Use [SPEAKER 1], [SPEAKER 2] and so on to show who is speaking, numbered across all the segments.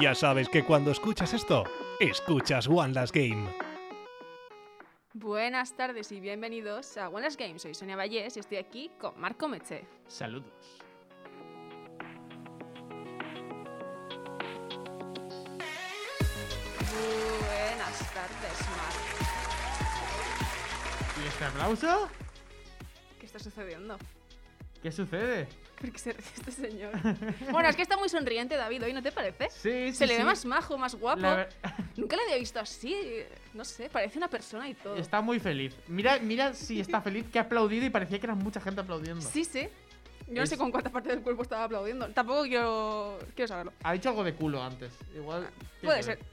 [SPEAKER 1] Ya sabes que cuando escuchas esto, escuchas One Last Game.
[SPEAKER 2] Buenas tardes y bienvenidos a Buenas Games. Soy Sonia Vallés y estoy aquí con Marco Meche.
[SPEAKER 3] Saludos.
[SPEAKER 2] Buenas tardes, Marco.
[SPEAKER 3] ¿Y este aplauso?
[SPEAKER 2] ¿Qué está sucediendo?
[SPEAKER 3] ¿Qué sucede?
[SPEAKER 2] ¿Por qué se ríe este señor? Bueno, es que está muy sonriente David hoy, ¿no te parece?
[SPEAKER 3] Sí, sí.
[SPEAKER 2] Se le
[SPEAKER 3] sí.
[SPEAKER 2] ve más majo, más guapo.
[SPEAKER 3] La ver-
[SPEAKER 2] Nunca le había visto así. No sé, parece una persona y todo.
[SPEAKER 3] Está muy feliz. Mira, mira si está feliz que ha aplaudido y parecía que era mucha gente aplaudiendo.
[SPEAKER 2] Sí, sí. Yo no
[SPEAKER 3] Es-
[SPEAKER 2] sé con cuánta parte del cuerpo estaba aplaudiendo. Tampoco quiero, quiero saberlo.
[SPEAKER 3] Ha dicho algo de culo antes. Igual. tiene
[SPEAKER 2] Ah, puede
[SPEAKER 3] que ver.
[SPEAKER 2] ser.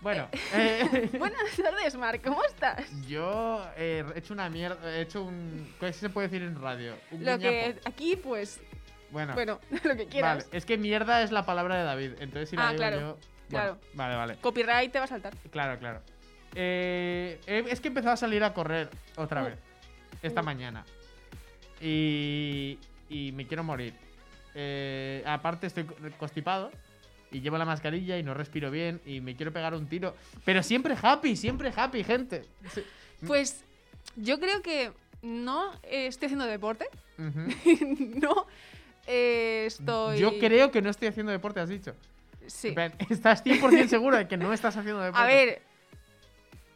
[SPEAKER 3] Bueno, eh,
[SPEAKER 2] Buenas tardes, Marc. ¿Cómo estás?
[SPEAKER 3] yo eh, he hecho una mierda. He hecho un. ¿Qué se puede decir en radio? Un
[SPEAKER 2] Lo que
[SPEAKER 3] guiñapo.
[SPEAKER 2] aquí, pues,
[SPEAKER 3] Bueno,
[SPEAKER 2] bueno, lo que quieras.
[SPEAKER 3] Ah, vale. Es que mierda es la palabra de David. Entonces si la
[SPEAKER 2] Ah,
[SPEAKER 3] digo
[SPEAKER 2] claro,
[SPEAKER 3] yo.
[SPEAKER 2] claro.
[SPEAKER 3] bueno, Vale, vale.
[SPEAKER 2] Copyright te va a saltar.
[SPEAKER 3] Claro, claro. Eh, eh, es que he empezado a salir a correr otra
[SPEAKER 2] Uh.
[SPEAKER 3] vez. Esta
[SPEAKER 2] Uh.
[SPEAKER 3] mañana. Y, y me quiero morir. Eh, aparte estoy co- constipado. Y llevo la mascarilla y no respiro bien. Y me quiero pegar un tiro. Pero siempre happy, siempre happy, gente. Sí.
[SPEAKER 2] Pues yo creo que no eh, estoy haciendo deporte.
[SPEAKER 3] Ujú.
[SPEAKER 2] no eh, estoy.
[SPEAKER 3] Yo creo que no estoy haciendo deporte, has dicho.
[SPEAKER 2] Sí.
[SPEAKER 3] En plan, Estás 100% segura de que no estás haciendo deporte.
[SPEAKER 2] A ver,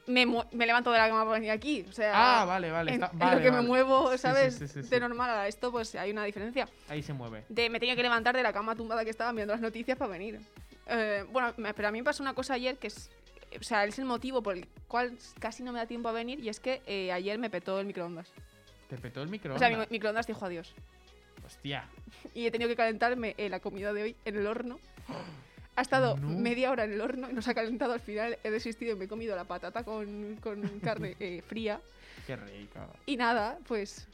[SPEAKER 2] me, mu- me levanto de la cama para venir aquí. O sea,
[SPEAKER 3] Ah, vale, vale.
[SPEAKER 2] en-
[SPEAKER 3] está-
[SPEAKER 2] en
[SPEAKER 3] vale,
[SPEAKER 2] lo que
[SPEAKER 3] vale.
[SPEAKER 2] me muevo,
[SPEAKER 3] Sí, sí,
[SPEAKER 2] ¿sabes?
[SPEAKER 3] sí, sí, sí.
[SPEAKER 2] De normal a esto, pues hay una diferencia.
[SPEAKER 3] Ahí se mueve.
[SPEAKER 2] De me tenía que levantar de la cama tumbada que estaba viendo las noticias para venir. Eh, bueno, me- pero a mí me pasó una cosa ayer que es. O sea, es el motivo por el cual casi no me da tiempo a venir y es que eh, ayer me petó el microondas.
[SPEAKER 3] Te petó el micro.
[SPEAKER 2] O sea, mi microondas dijo adiós.
[SPEAKER 3] Hostia.
[SPEAKER 2] y he tenido que calentarme eh, la comida de hoy en el horno. Ha estado
[SPEAKER 3] No.
[SPEAKER 2] media hora en el horno y nos ha calentado al final. He desistido y me he comido la patata con, con carne eh, fría.
[SPEAKER 3] Qué rico.
[SPEAKER 2] Y nada, pues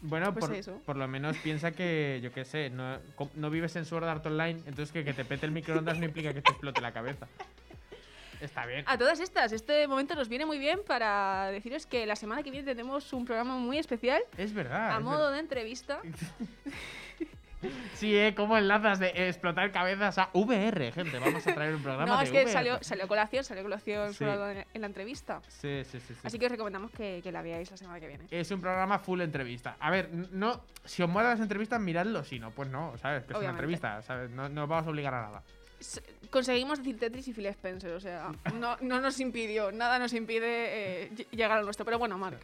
[SPEAKER 3] Bueno,
[SPEAKER 2] Pues
[SPEAKER 3] por,
[SPEAKER 2] eso.
[SPEAKER 3] por lo menos piensa que, yo qué sé, no, com- no vives en Sword Art Online, entonces que, que te pete el microondas no implica que te explote la cabeza. Está bien.
[SPEAKER 2] a todas estas, este momento nos viene muy bien para deciros que la semana que viene tenemos un programa muy especial
[SPEAKER 3] Es verdad.
[SPEAKER 2] a
[SPEAKER 3] Ah, es
[SPEAKER 2] modo
[SPEAKER 3] verdad.
[SPEAKER 2] de entrevista.
[SPEAKER 3] Sí, ¿eh? ¿Cómo enlazas de explotar cabezas a VR, gente? Vamos a traer un programa
[SPEAKER 2] No,
[SPEAKER 3] de
[SPEAKER 2] es que
[SPEAKER 3] VR.
[SPEAKER 2] salió, salió colación, salió colación
[SPEAKER 3] Sí.
[SPEAKER 2] en en la entrevista.
[SPEAKER 3] Sí, sí, sí. sí.
[SPEAKER 2] Así que os recomendamos que, que la veáis la semana que viene.
[SPEAKER 3] Es un programa full entrevista. A ver, n- no, si os molan las entrevistas, miradlo. Si no, pues no, ¿sabes? Que es una
[SPEAKER 2] Obviamente.
[SPEAKER 3] entrevista, ¿sabes? No, no os vamos a obligar a nada.
[SPEAKER 2] S- Conseguimos decir Tetris y Phil Spencer, o sea, no, no nos impidió, nada nos impide eh, ll- llegar al nuestro. Pero bueno, Mark.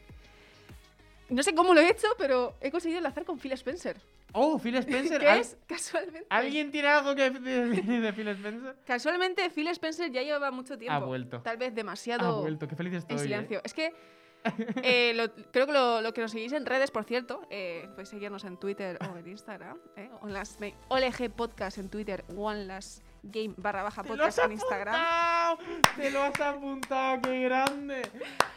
[SPEAKER 2] No sé cómo lo he hecho, pero he conseguido enlazar con Phil Spencer.
[SPEAKER 3] Oh, Phil Spencer.
[SPEAKER 2] que
[SPEAKER 3] ¿al-
[SPEAKER 2] es casualmente.
[SPEAKER 3] ¿Alguien tiene algo que decir de Phil Spencer?
[SPEAKER 2] Casualmente, Phil Spencer ya llevaba mucho tiempo.
[SPEAKER 3] vuelto.
[SPEAKER 2] Tal vez demasiado
[SPEAKER 3] Ha vuelto, qué feliz estoy.
[SPEAKER 2] en
[SPEAKER 3] ¿eh?
[SPEAKER 2] silencio. Es que eh, lo- creo que lo, lo que nos seguís en redes, por cierto, eh, podéis seguirnos en Twitter o en Instagram. Eh, One Last Game- OLG Podcast en Twitter, One Last Game barra baja
[SPEAKER 3] ¡Te lo has
[SPEAKER 2] podcast en Instagram.
[SPEAKER 3] apuntado! ¡Te lo has apuntado! ¡Qué grande!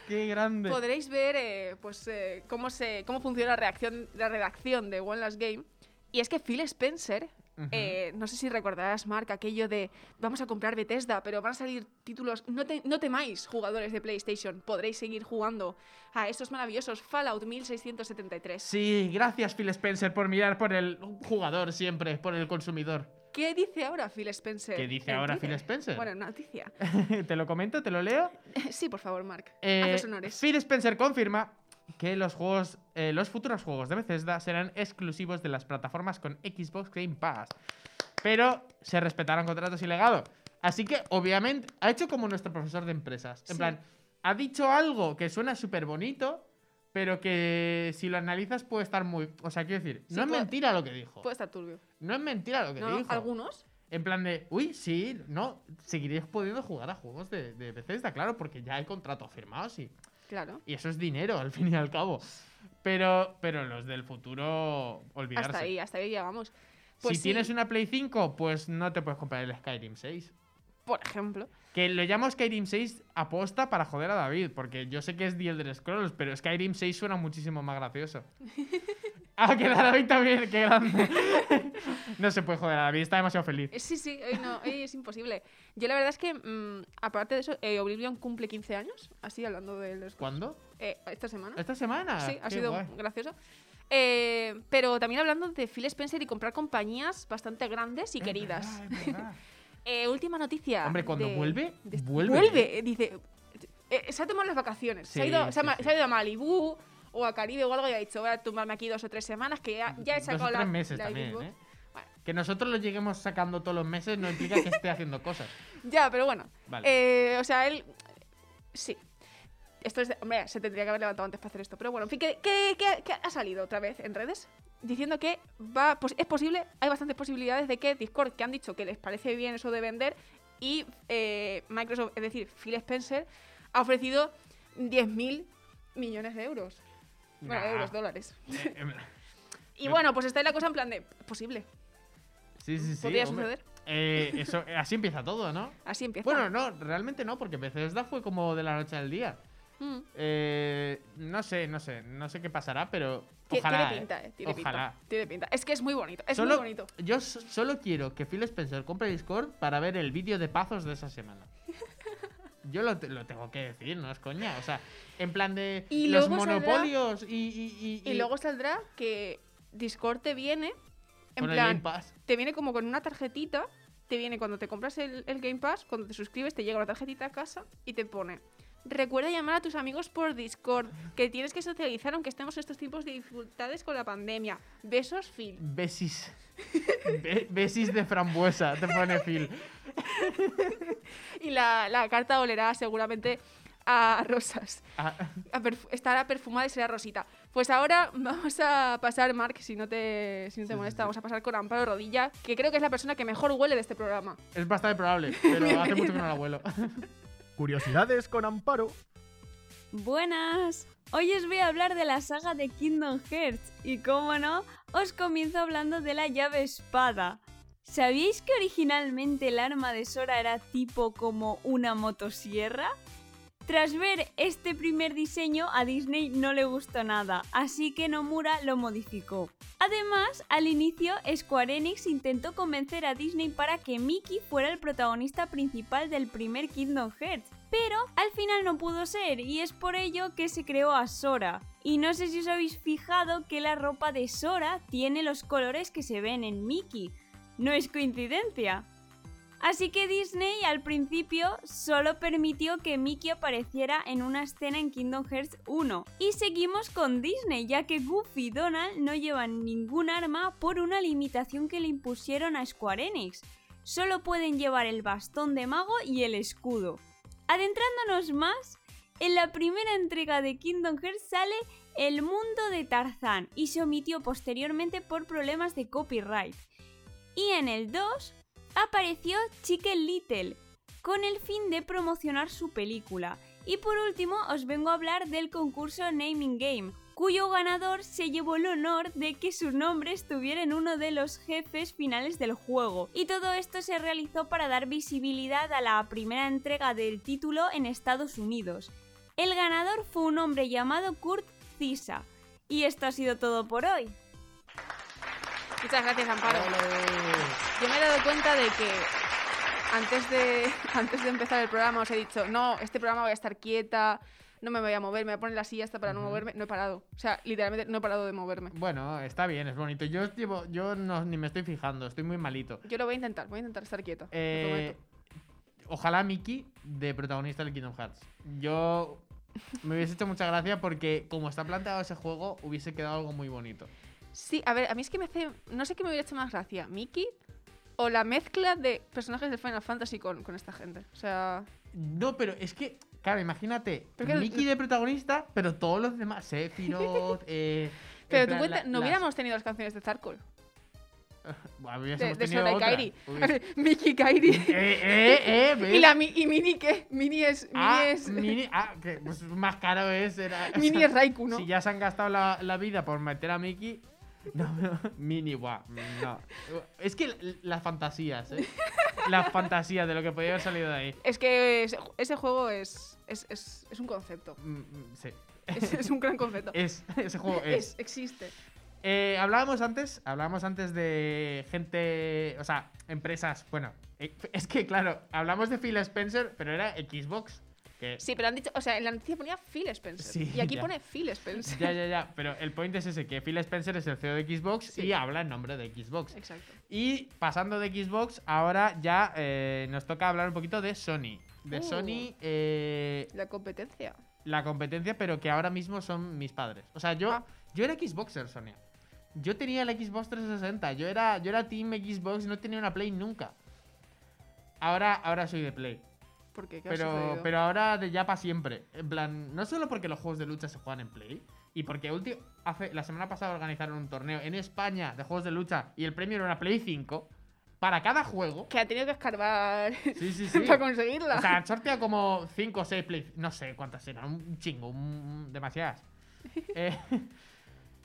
[SPEAKER 3] ¡Qué grande!
[SPEAKER 2] podréis ver eh, pues, eh, cómo, se, cómo funciona la, reacción, la redacción de One Last Game. Y es que Phil Spencer,
[SPEAKER 3] Ujú.
[SPEAKER 2] eh, no sé si recordarás, Mark, aquello de vamos a comprar Bethesda, pero van a salir títulos. No, te- no temáis, jugadores de PlayStation, podréis seguir jugando a estos maravillosos Fallout 1673.
[SPEAKER 3] Sí, gracias Phil Spencer por mirar por el jugador siempre, por el consumidor.
[SPEAKER 2] ¿Qué dice ahora Phil Spencer?
[SPEAKER 3] ¿Qué dice
[SPEAKER 2] en
[SPEAKER 3] ahora
[SPEAKER 2] Twitter?
[SPEAKER 3] Phil Spencer?
[SPEAKER 2] Bueno, noticia.
[SPEAKER 3] ¿Te lo comento? ¿Te lo leo?
[SPEAKER 2] sí, por favor, Mark.
[SPEAKER 3] Eh,
[SPEAKER 2] haz los honores.
[SPEAKER 3] Phil Spencer confirma que los juegos, eh, los futuros juegos de Bethesda serán exclusivos de las plataformas con Xbox Game Pass, pero se respetarán contratos y legado. Así que, obviamente, ha hecho como nuestro profesor de empresas. En
[SPEAKER 2] Sí.
[SPEAKER 3] plan, ha dicho algo que suena súper bonito, pero que si lo analizas puede estar muy... O sea, quiero decir,
[SPEAKER 2] Sí,
[SPEAKER 3] no es
[SPEAKER 2] puede-
[SPEAKER 3] mentira lo que dijo.
[SPEAKER 2] Puede estar turbio.
[SPEAKER 3] No es mentira lo que
[SPEAKER 2] No, no,
[SPEAKER 3] dijo.
[SPEAKER 2] algunos.
[SPEAKER 3] En plan de, uy, sí, no, seguiréis pudiendo jugar a juegos de, de Bethesda, claro, porque ya hay contratos firmados y...
[SPEAKER 2] Claro.
[SPEAKER 3] Y eso es dinero, al fin y al cabo. Pero, pero los del futuro, olvidarse.
[SPEAKER 2] Hasta ahí, hasta ahí llegamos. Pues sí,
[SPEAKER 3] si tienes una Play 5, pues no te puedes comprar el Skyrim 6.
[SPEAKER 2] por ejemplo.
[SPEAKER 3] Que lo llamo Skyrim 6 aposta para joder a David, porque yo sé que es The Elder Scrolls, pero Skyrim 6 suena muchísimo más gracioso. ah, que da David también, qué grande. no se puede joder a David, está demasiado feliz.
[SPEAKER 2] Eh, Sí, sí, hoy, no, hoy es imposible. Yo la verdad es que, mm, aparte de eso, eh, Oblivion cumple 15 años, así hablando de los...
[SPEAKER 3] ¿Cuándo?
[SPEAKER 2] eh, esta semana.
[SPEAKER 3] ¿Esta semana?
[SPEAKER 2] Sí, ha
[SPEAKER 3] Ah, Qué
[SPEAKER 2] sido
[SPEAKER 3] guay.
[SPEAKER 2] gracioso. Eh, pero también hablando de Phil Spencer y comprar compañías bastante grandes y queridas.
[SPEAKER 3] Es verdad, es verdad.
[SPEAKER 2] Eh, última noticia.
[SPEAKER 3] Hombre, cuando
[SPEAKER 2] de-
[SPEAKER 3] vuelve,
[SPEAKER 2] de-
[SPEAKER 3] vuelve.
[SPEAKER 2] Vuelve, eh, dice. eh, se ha tomado las vacaciones. se, ha
[SPEAKER 3] Sí,
[SPEAKER 2] ido, se ha
[SPEAKER 3] sí,
[SPEAKER 2] ma-
[SPEAKER 3] sí.
[SPEAKER 2] se ha ido a Malibú o a Caribe o algo y ha dicho, voy a tumbarme aquí dos o tres semanas que ya, Ah, ya he
[SPEAKER 3] Dos o
[SPEAKER 2] sacado la-
[SPEAKER 3] tres meses
[SPEAKER 2] la
[SPEAKER 3] también,
[SPEAKER 2] Xbox".
[SPEAKER 3] ¿eh?
[SPEAKER 2] Bueno.
[SPEAKER 3] Que nosotros lo lleguemos sacando todos los meses no implica que esté haciendo cosas.
[SPEAKER 2] Ya, pero bueno.
[SPEAKER 3] Vale.
[SPEAKER 2] Eh, o sea, él. Sí. Esto es. de- Hombre, se tendría que haber levantado antes para hacer esto. Pero bueno, en fin, ¿qué, qué- qué- qué ha salido otra vez en redes? Diciendo que va, pues es posible, hay bastantes posibilidades de que Discord, que han dicho que les parece bien eso de vender, y eh, Microsoft, es decir, Phil Spencer, ha ofrecido 10.000 millones de euros. Bueno,
[SPEAKER 3] Nah.
[SPEAKER 2] euros, dólares.
[SPEAKER 3] Eh, em,
[SPEAKER 2] Y bueno, pues está ahí la cosa en plan de. Posible.
[SPEAKER 3] sí, sí, sí.
[SPEAKER 2] Podría
[SPEAKER 3] hombre.
[SPEAKER 2] suceder.
[SPEAKER 3] Eh, eso, así empieza todo, ¿no?
[SPEAKER 2] Así empieza.
[SPEAKER 3] Bueno, no, realmente no, porque Bethesda fue como de la noche al día.
[SPEAKER 2] Mm.
[SPEAKER 3] Eh, no sé, no sé, no sé qué pasará, pero
[SPEAKER 2] Ti-
[SPEAKER 3] ojalá.
[SPEAKER 2] tiene
[SPEAKER 3] eh,
[SPEAKER 2] pinta, eh. Tiene
[SPEAKER 3] ojalá.
[SPEAKER 2] pinta. Tiene pinta. Es que es muy bonito. Es
[SPEAKER 3] solo,
[SPEAKER 2] muy bonito.
[SPEAKER 3] Yo so- solo quiero que Phil Spencer compre Discord para ver el vídeo de pazos de esa semana. Yo lo, te- lo tengo que decir, no es coña. O sea, en plan de
[SPEAKER 2] Y
[SPEAKER 3] los
[SPEAKER 2] luego saldrá-
[SPEAKER 3] monopolios y, y, y-
[SPEAKER 2] Y
[SPEAKER 3] y-
[SPEAKER 2] luego saldrá que Discord te viene, en
[SPEAKER 3] con el Game
[SPEAKER 2] plan,
[SPEAKER 3] Pass.
[SPEAKER 2] te viene como con una tarjetita, te viene cuando te compras el, el Game Pass, cuando te suscribes, te llega una tarjetita a casa y te pone. Recuerda llamar a tus amigos por Discord, que tienes que socializar aunque estemos en estos tiempos de dificultades con la pandemia. Besos, Phil.
[SPEAKER 3] Besis. Be- besis de frambuesa, te pone Phil.
[SPEAKER 2] Y la, la carta olerá seguramente a rosas.
[SPEAKER 3] Ah,
[SPEAKER 2] a perf- estará perfumada y será rosita. Pues ahora vamos a pasar, Mark, si no te, si no te
[SPEAKER 3] Sí, sí,
[SPEAKER 2] molesta,
[SPEAKER 3] sí.
[SPEAKER 2] vamos a pasar con Amparo Rodilla, que creo que es la persona que mejor huele de este programa.
[SPEAKER 3] es bastante probable, pero hace mucho que no lo vuelo.
[SPEAKER 4] Curiosidades con Amparo.
[SPEAKER 5] Buenas. Hoy os voy a hablar de la saga de Kingdom Hearts y, como no, os comienzo hablando de la llave espada. ¿Sabíais que originalmente el arma de Sora era tipo como una motosierra? Tras ver este primer diseño, a Disney no le gustó nada, así que Nomura lo modificó. Además, al inicio, Square Enix intentó convencer a Disney para que Mickey fuera el protagonista principal del primer Kingdom Hearts, pero al final no pudo ser y es por ello que se creó a Sora. Y no sé si os habéis fijado que la ropa de Sora tiene los colores que se ven en Mickey. No es coincidencia. Así que Disney al principio solo permitió que Mickey apareciera en una escena en Kingdom Hearts 1. Y seguimos con Disney, ya que Goofy y Donald no llevan ningún arma por una limitación que le impusieron a Square Enix. Solo pueden llevar el bastón de mago y el escudo. Adentrándonos más, en la primera entrega de Kingdom Hearts sale El mundo de Tarzán y se omitió posteriormente por problemas de copyright. Y en el 2 apareció Chicken Little con el fin de promocionar su película. Y por último os vengo a hablar del concurso Naming Game, cuyo ganador se llevó el honor de que su nombre estuviera en uno de los jefes finales del juego. Y todo esto se realizó para dar visibilidad a la primera entrega del título en Estados Unidos. El ganador fue un hombre llamado Kurt Cisa. Y esto ha sido todo por hoy.
[SPEAKER 2] Muchas gracias, Amparo.
[SPEAKER 3] Ole.
[SPEAKER 2] Yo me he dado cuenta de que antes de, antes de empezar el programa os he dicho, no, este programa voy a estar quieta, no me voy a mover, me voy a poner la silla hasta para no
[SPEAKER 3] Ujú.
[SPEAKER 2] moverme. No he parado. O sea, literalmente no he parado de moverme.
[SPEAKER 3] Bueno, está bien, es bonito. Yo llevo, yo no, ni me estoy fijando, estoy muy malito.
[SPEAKER 2] Yo lo voy a intentar, voy a intentar estar quieta. lo
[SPEAKER 3] Eh,
[SPEAKER 2] prometo.
[SPEAKER 3] ojalá Mickey de protagonista del Kingdom Hearts. Yo me hubiese hecho mucha gracia porque como está planteado ese juego, hubiese quedado algo muy bonito.
[SPEAKER 2] Sí, a ver, a mí es que me hace. No sé qué me hubiera hecho más gracia, Mickey o la mezcla de personajes de Final Fantasy con, con esta gente. O sea.
[SPEAKER 3] No, pero es que, claro, imagínate,
[SPEAKER 2] Pero que-
[SPEAKER 3] Mickey de protagonista, pero todos los demás, Sephiroth, eh, en
[SPEAKER 2] Pero tú
[SPEAKER 3] plan,
[SPEAKER 2] cuenta,
[SPEAKER 3] la-
[SPEAKER 2] no
[SPEAKER 3] las-
[SPEAKER 2] hubiéramos tenido las canciones de Zarkol,
[SPEAKER 3] Buah,
[SPEAKER 2] de,
[SPEAKER 3] hubiésemos
[SPEAKER 2] de
[SPEAKER 3] tenido
[SPEAKER 2] Sora y
[SPEAKER 3] otra.
[SPEAKER 2] Kairi.
[SPEAKER 3] Hubiese-
[SPEAKER 2] Mickey y Kairi.
[SPEAKER 3] Eh, eh, eh,
[SPEAKER 2] y,
[SPEAKER 3] ¿ves?
[SPEAKER 2] la, mi- y Mini, ¿qué? Mini es. Mini
[SPEAKER 3] Ah,
[SPEAKER 2] es.
[SPEAKER 3] Mini- ah, que pues, más caro es. Era, o
[SPEAKER 2] Mini
[SPEAKER 3] sea,
[SPEAKER 2] es Raikou, ¿no?
[SPEAKER 3] Si ya se han gastado la, la vida por meter a Mickey. No, no, Mini, guau. No. Es que l- las fantasías, ¿eh? Las fantasías de lo que podía haber salido de ahí.
[SPEAKER 2] Es que ese, ese juego es, es, es, es un concepto.
[SPEAKER 3] Mm, mm, Sí.
[SPEAKER 2] Es, es un gran concepto.
[SPEAKER 3] Es, ese juego es.
[SPEAKER 2] Es- existe.
[SPEAKER 3] Eh, hablábamos antes, hablábamos antes de gente, o sea, empresas, bueno, eh, es que claro, hablamos de Phil Spencer, pero era Xbox, que que...
[SPEAKER 2] Sí, pero han dicho, o sea, en la noticia ponía Phil Spencer.
[SPEAKER 3] Sí,
[SPEAKER 2] y aquí
[SPEAKER 3] ya.
[SPEAKER 2] pone Phil Spencer.
[SPEAKER 3] Ya, ya, ya. Pero el point es ese, que Phil Spencer es el CEO de Xbox
[SPEAKER 2] Sí.
[SPEAKER 3] y habla en nombre de Xbox.
[SPEAKER 2] Exacto.
[SPEAKER 3] Y pasando de Xbox, ahora ya eh, nos toca hablar un poquito de Sony. De
[SPEAKER 2] Uh.
[SPEAKER 3] Sony, eh,
[SPEAKER 2] La competencia.
[SPEAKER 3] la competencia, pero que ahora mismo son mis padres. O sea, yo,
[SPEAKER 2] Ah.
[SPEAKER 3] yo era Xboxer, Sonia. Yo tenía el Xbox 360. Yo era, yo era Team Xbox, no tenía una Play nunca. Ahora, ahora soy de Play.
[SPEAKER 2] Porque, ¿qué ha
[SPEAKER 3] Pero,
[SPEAKER 2] sucedido?
[SPEAKER 3] pero ahora de ya para siempre. En plan, no solo porque los juegos de lucha se juegan en Play, y porque ulti- hace, la semana pasada organizaron un torneo en España de juegos de lucha y el premio era una Play 5 para cada juego.
[SPEAKER 2] Que ha tenido que escarbar
[SPEAKER 3] Sí, sí, sí.
[SPEAKER 2] para conseguirla.
[SPEAKER 3] O sea, han sorteado como 5 o 6 Play. No sé cuántas eran, un chingo, un- demasiadas. Eh,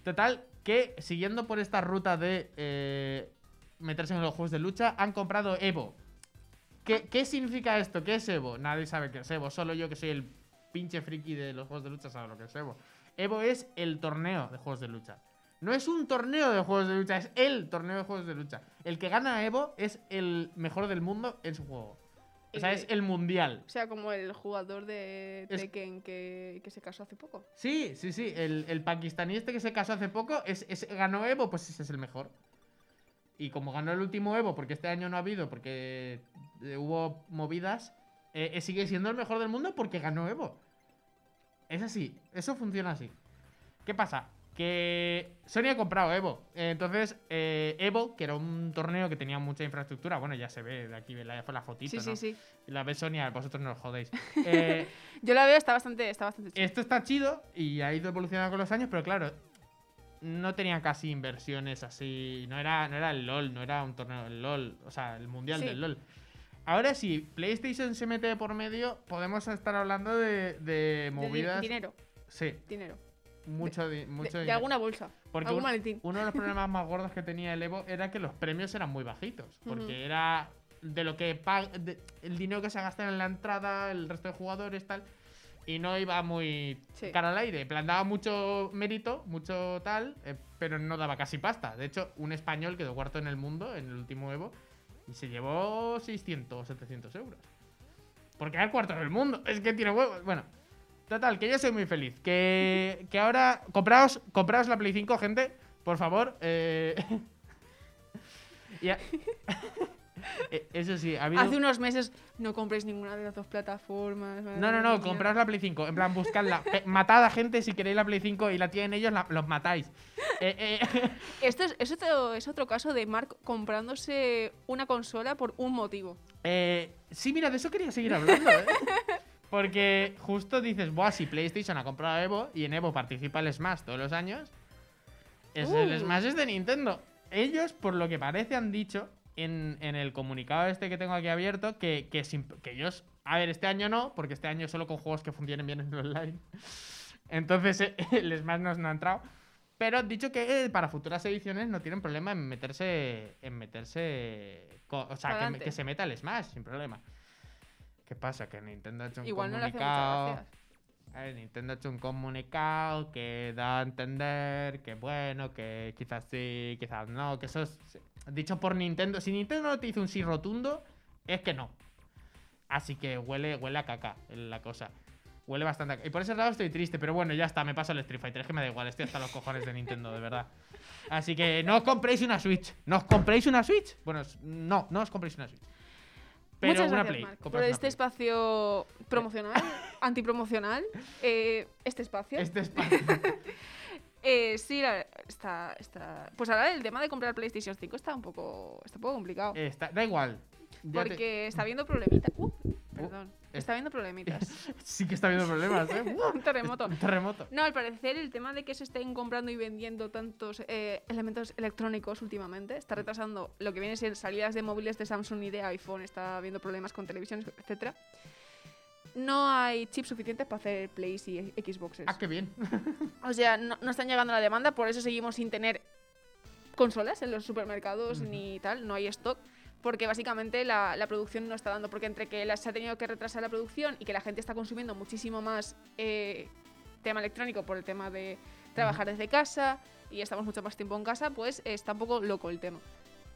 [SPEAKER 3] total, que siguiendo por esta ruta de eh, meterse en los juegos de lucha, han comprado Evo. ¿Qué, qué significa esto? ¿Qué es Evo? Nadie sabe qué es Evo, solo yo que soy el pinche friki de los juegos de lucha sabe lo que es Evo. Evo es el torneo de juegos de lucha. No es un torneo de juegos de lucha, es el torneo de juegos de lucha. El que gana a Evo es el mejor del mundo en su juego. O sea,
[SPEAKER 2] Eh,
[SPEAKER 3] es el mundial.
[SPEAKER 2] O sea, como el jugador de
[SPEAKER 3] Es-
[SPEAKER 2] Tekken que, que se casó hace poco.
[SPEAKER 3] Sí, sí, sí. El, el pakistaní este que se casó hace poco es, es- ganó Evo, pues ese es el mejor. Y como ganó el último Evo, porque este año no ha habido, porque eh, hubo movidas, eh, eh, sigue siendo el mejor del mundo porque ganó Evo. Es así, eso funciona así. ¿Qué pasa? Que Sony ha comprado Evo. Eh, Entonces, eh, Evo, que era un torneo que tenía mucha infraestructura, bueno, ya se ve de aquí, la, la fotito,
[SPEAKER 2] sí,
[SPEAKER 3] ¿no?
[SPEAKER 2] sí, sí.
[SPEAKER 3] La ve Sony, a vosotros no os jodéis. Eh,
[SPEAKER 2] Yo la veo, está bastante, está bastante chula.
[SPEAKER 3] esto está chido y ha ido evolucionando con los años, pero claro, no tenían casi inversiones así. No era, no era el LOL, no era un torneo del LOL, o sea, el mundial
[SPEAKER 2] Sí.
[SPEAKER 3] del LOL. Ahora, si PlayStation se mete de por medio, podemos estar hablando de, de
[SPEAKER 2] De di-
[SPEAKER 3] movidas.
[SPEAKER 2] dinero,
[SPEAKER 3] sí,
[SPEAKER 2] dinero.
[SPEAKER 3] mucho, di-
[SPEAKER 2] De-
[SPEAKER 3] mucho
[SPEAKER 2] de,
[SPEAKER 3] dinero.
[SPEAKER 2] alguna bolsa.
[SPEAKER 3] Porque
[SPEAKER 2] algún
[SPEAKER 3] un-
[SPEAKER 2] maletín.
[SPEAKER 3] uno de los problemas más gordos que tenía el Evo era que los premios eran muy bajitos. Porque
[SPEAKER 2] Ujú.
[SPEAKER 3] era de lo que pag- de- el dinero que se gastaba en la entrada, el resto de jugadores, tal. Y no iba muy
[SPEAKER 2] Sí.
[SPEAKER 3] cara al aire. En plan, daba mucho mérito, mucho tal, eh, pero no daba casi pasta. De hecho, un español quedó cuarto en el mundo en el último Evo y se llevó 600 o 700 euros. Porque era el cuarto del mundo. Es que tiene huevos. Bueno, total, que yo soy muy feliz. Que, que ahora. Compraos, compraos la Play 5, gente. Por favor. eh. Y a- Eh, Eso sí, ha habido.
[SPEAKER 2] Hace unos meses no compréis ninguna de las dos plataformas.
[SPEAKER 3] No, no, no, compraos la Play 5. En plan, buscadla. Pe- Matad a gente si queréis la Play 5 y la tienen ellos, la- los matáis. Eh, eh,
[SPEAKER 2] Esto es, es otro, es otro caso de Mark comprándose una consola por un motivo.
[SPEAKER 3] eh, sí, mira, de eso quería seguir hablando. ¿eh? Porque justo dices, buah, si PlayStation ha comprado Evo y en Evo participa el Smash todos los años, es el
[SPEAKER 2] Uh.
[SPEAKER 3] Smash es de Nintendo. Ellos, por lo que parece, han dicho en, en el comunicado este que tengo aquí abierto que, que, sin- que ellos. A ver, este año no, porque este año solo con juegos que funcionen bien en online. Entonces eh, el Smash nos no ha entrado. Pero han dicho que eh, para futuras ediciones no tienen problema en meterse. En meterse. co- o sea, que,
[SPEAKER 2] Adelante.
[SPEAKER 3] que se meta el Smash sin problema. ¿Qué pasa? Que Nintendo ha hecho un
[SPEAKER 2] Igual no le hace
[SPEAKER 3] comunicado.
[SPEAKER 2] muchas gracias.
[SPEAKER 3] Eh, Nintendo ha hecho un comunicado que da a entender que bueno, que quizás sí, quizás no, que eso es dicho por Nintendo. Si Nintendo no te dice un sí rotundo, es que no. Así que huele, huele a caca la cosa. Huele bastante a caca. Y por ese lado estoy triste, pero bueno, ya está, me paso el Street Fighter. Es que me da igual, estoy hasta los cojones de Nintendo, de verdad. Así que no os compréis una Switch. ¿No os compréis una Switch? Bueno, s- no, no os compréis una Switch. Pero
[SPEAKER 2] Muchas
[SPEAKER 3] una
[SPEAKER 2] gracias,
[SPEAKER 3] Play.
[SPEAKER 2] Marc, por
[SPEAKER 3] compraos una
[SPEAKER 2] este
[SPEAKER 3] Play.
[SPEAKER 2] espacio promocional, antipromocional. eh, este espacio.
[SPEAKER 3] Este espacio.
[SPEAKER 2] Eh, sí, la- está, está. Pues ahora el tema de comprar PlayStation 5 está un poco, está un poco complicado.
[SPEAKER 3] Está- da igual. Eh, Ya te- eh.
[SPEAKER 2] porque está habiendo problemitas. Uh, perdón. Está habiendo problemitas.
[SPEAKER 3] Sí que está habiendo problemas, ¿eh?
[SPEAKER 2] un terremoto.
[SPEAKER 3] Un terremoto.
[SPEAKER 2] No, al parecer el tema de que se estén comprando y vendiendo tantos eh, elementos electrónicos últimamente está retrasando lo que viene a ser salidas de móviles de Samsung y de iPhone, está habiendo problemas con televisiones, etc. No hay chips suficientes para hacer Plays y Xboxes.
[SPEAKER 3] Ah, qué bien.
[SPEAKER 2] O sea, no, no están llegando a la demanda, por eso seguimos sin tener consolas en los supermercados
[SPEAKER 3] Ujú.
[SPEAKER 2] ni tal, no hay stock. Porque básicamente la, la producción no está dando, porque entre que la- se ha tenido que retrasar la producción y que la gente está consumiendo muchísimo más eh, tema electrónico por el tema de trabajar desde casa y estamos mucho más tiempo en casa, pues eh, está un poco loco el tema.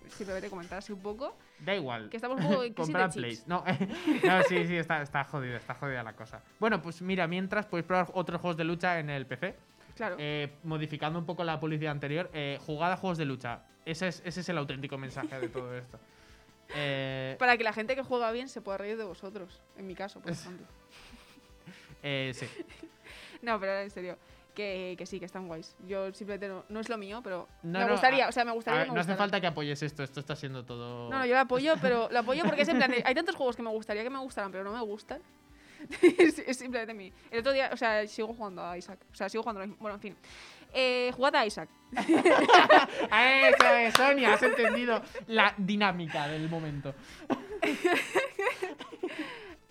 [SPEAKER 2] simplemente comentar así un poco.
[SPEAKER 3] Da igual.
[SPEAKER 2] Que estamos un poco en crisis de
[SPEAKER 3] Comprar
[SPEAKER 2] chips.
[SPEAKER 3] Plays. No, no, sí, sí, está, está jodida, está jodida la cosa. Bueno, pues mira, mientras podéis probar otros juegos de lucha en el PC.
[SPEAKER 2] Claro.
[SPEAKER 3] Eh, modificando un poco la publicidad anterior, eh, jugada a juegos de lucha. Ese es, ese es el auténtico mensaje de todo esto. Eh,
[SPEAKER 2] Para que la gente que juega bien se pueda reír de vosotros. En mi caso, por ejemplo.
[SPEAKER 3] eh, sí.
[SPEAKER 2] No, pero ahora en serio. Que, que sí, que están guays. Yo simplemente no, no es lo mío, pero
[SPEAKER 3] No,
[SPEAKER 2] me
[SPEAKER 3] no,
[SPEAKER 2] gustaría.
[SPEAKER 3] a-
[SPEAKER 2] o sea, me
[SPEAKER 3] A
[SPEAKER 2] gustaría.
[SPEAKER 3] ver,
[SPEAKER 2] me
[SPEAKER 3] no hace
[SPEAKER 2] gustara.
[SPEAKER 3] falta que apoyes esto, esto está siendo todo.
[SPEAKER 2] No, no, yo lo apoyo, pero lo apoyo porque es en plan de- hay tantos juegos que me gustaría que me gustaran, pero no me gustan. es, es simplemente mí. El otro día, o sea, sigo jugando a Isaac. O sea, sigo jugando a lo mismo. Bueno, en fin. Eh, jugad a Isaac.
[SPEAKER 3] Ah, Eso es, Sonia, has entendido la dinámica del momento.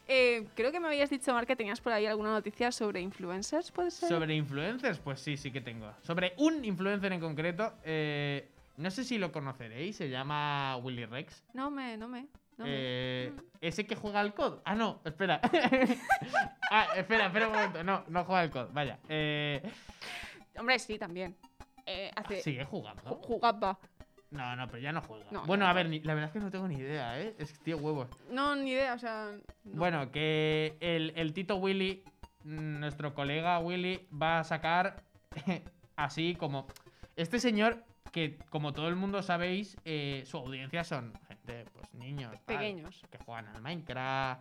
[SPEAKER 2] Eh, creo que me habías dicho, Mar, que tenías por ahí alguna noticia sobre influencers, ¿puede ser?
[SPEAKER 3] Sobre influencers, pues sí, sí que tengo. Sobre un influencer en concreto, eh, no sé si lo conoceréis, se llama Willy Rex.
[SPEAKER 2] No me, no me. No me.
[SPEAKER 3] Eh, ese que juega al COD. Ah, no, espera. ah, espera, espera un momento. No, no juega al COD, vaya. Eh,
[SPEAKER 2] Hombre, sí, también. Eh, hace.
[SPEAKER 3] sigue jugando.
[SPEAKER 2] ju- jugaba.
[SPEAKER 3] No, no, pero ya no juega.
[SPEAKER 2] Oh. No,
[SPEAKER 3] bueno,
[SPEAKER 2] ya
[SPEAKER 3] a ver, ni- la verdad es que no tengo ni idea, ¿eh? Es que tío huevos.
[SPEAKER 2] No, ni idea, o sea. no.
[SPEAKER 3] Bueno, que el, el Tito Willy, mm, nuestro colega Willy, va a sacar así como... Este señor, que como todo el mundo sabéis, eh, su audiencia son gente, pues niños. tal,
[SPEAKER 2] Pequeños.
[SPEAKER 3] que juegan al Minecraft,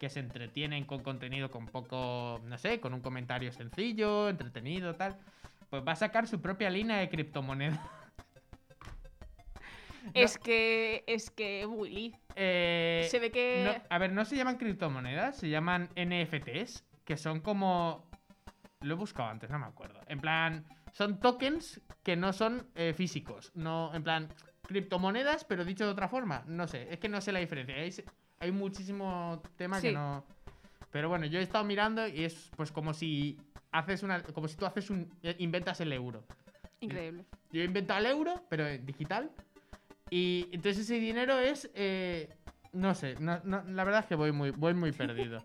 [SPEAKER 3] que se entretienen con contenido con poco, no sé, con un comentario sencillo, entretenido, tal. Pues va a sacar su propia línea de criptomonedas.
[SPEAKER 2] Es que. Es que Willy.
[SPEAKER 3] Eh,
[SPEAKER 2] se ve que.
[SPEAKER 3] No, a ver, no se llaman criptomonedas, se llaman NFTs, que son como... Lo he buscado antes, no me acuerdo. En plan, son tokens que no son eh, físicos. No, en plan, criptomonedas, pero dicho de otra forma. No sé, es que no sé la diferencia. Hay, hay muchísimo tema que
[SPEAKER 2] Sí.
[SPEAKER 3] no... Pero bueno, yo he estado mirando y es pues como si haces una... Como si tú haces un... eh, inventas el euro.
[SPEAKER 2] Increíble.
[SPEAKER 3] Yo he inventado el euro, pero en digital. Y entonces ese dinero es. eh, no sé, no- no- la verdad es que voy muy, voy muy perdido.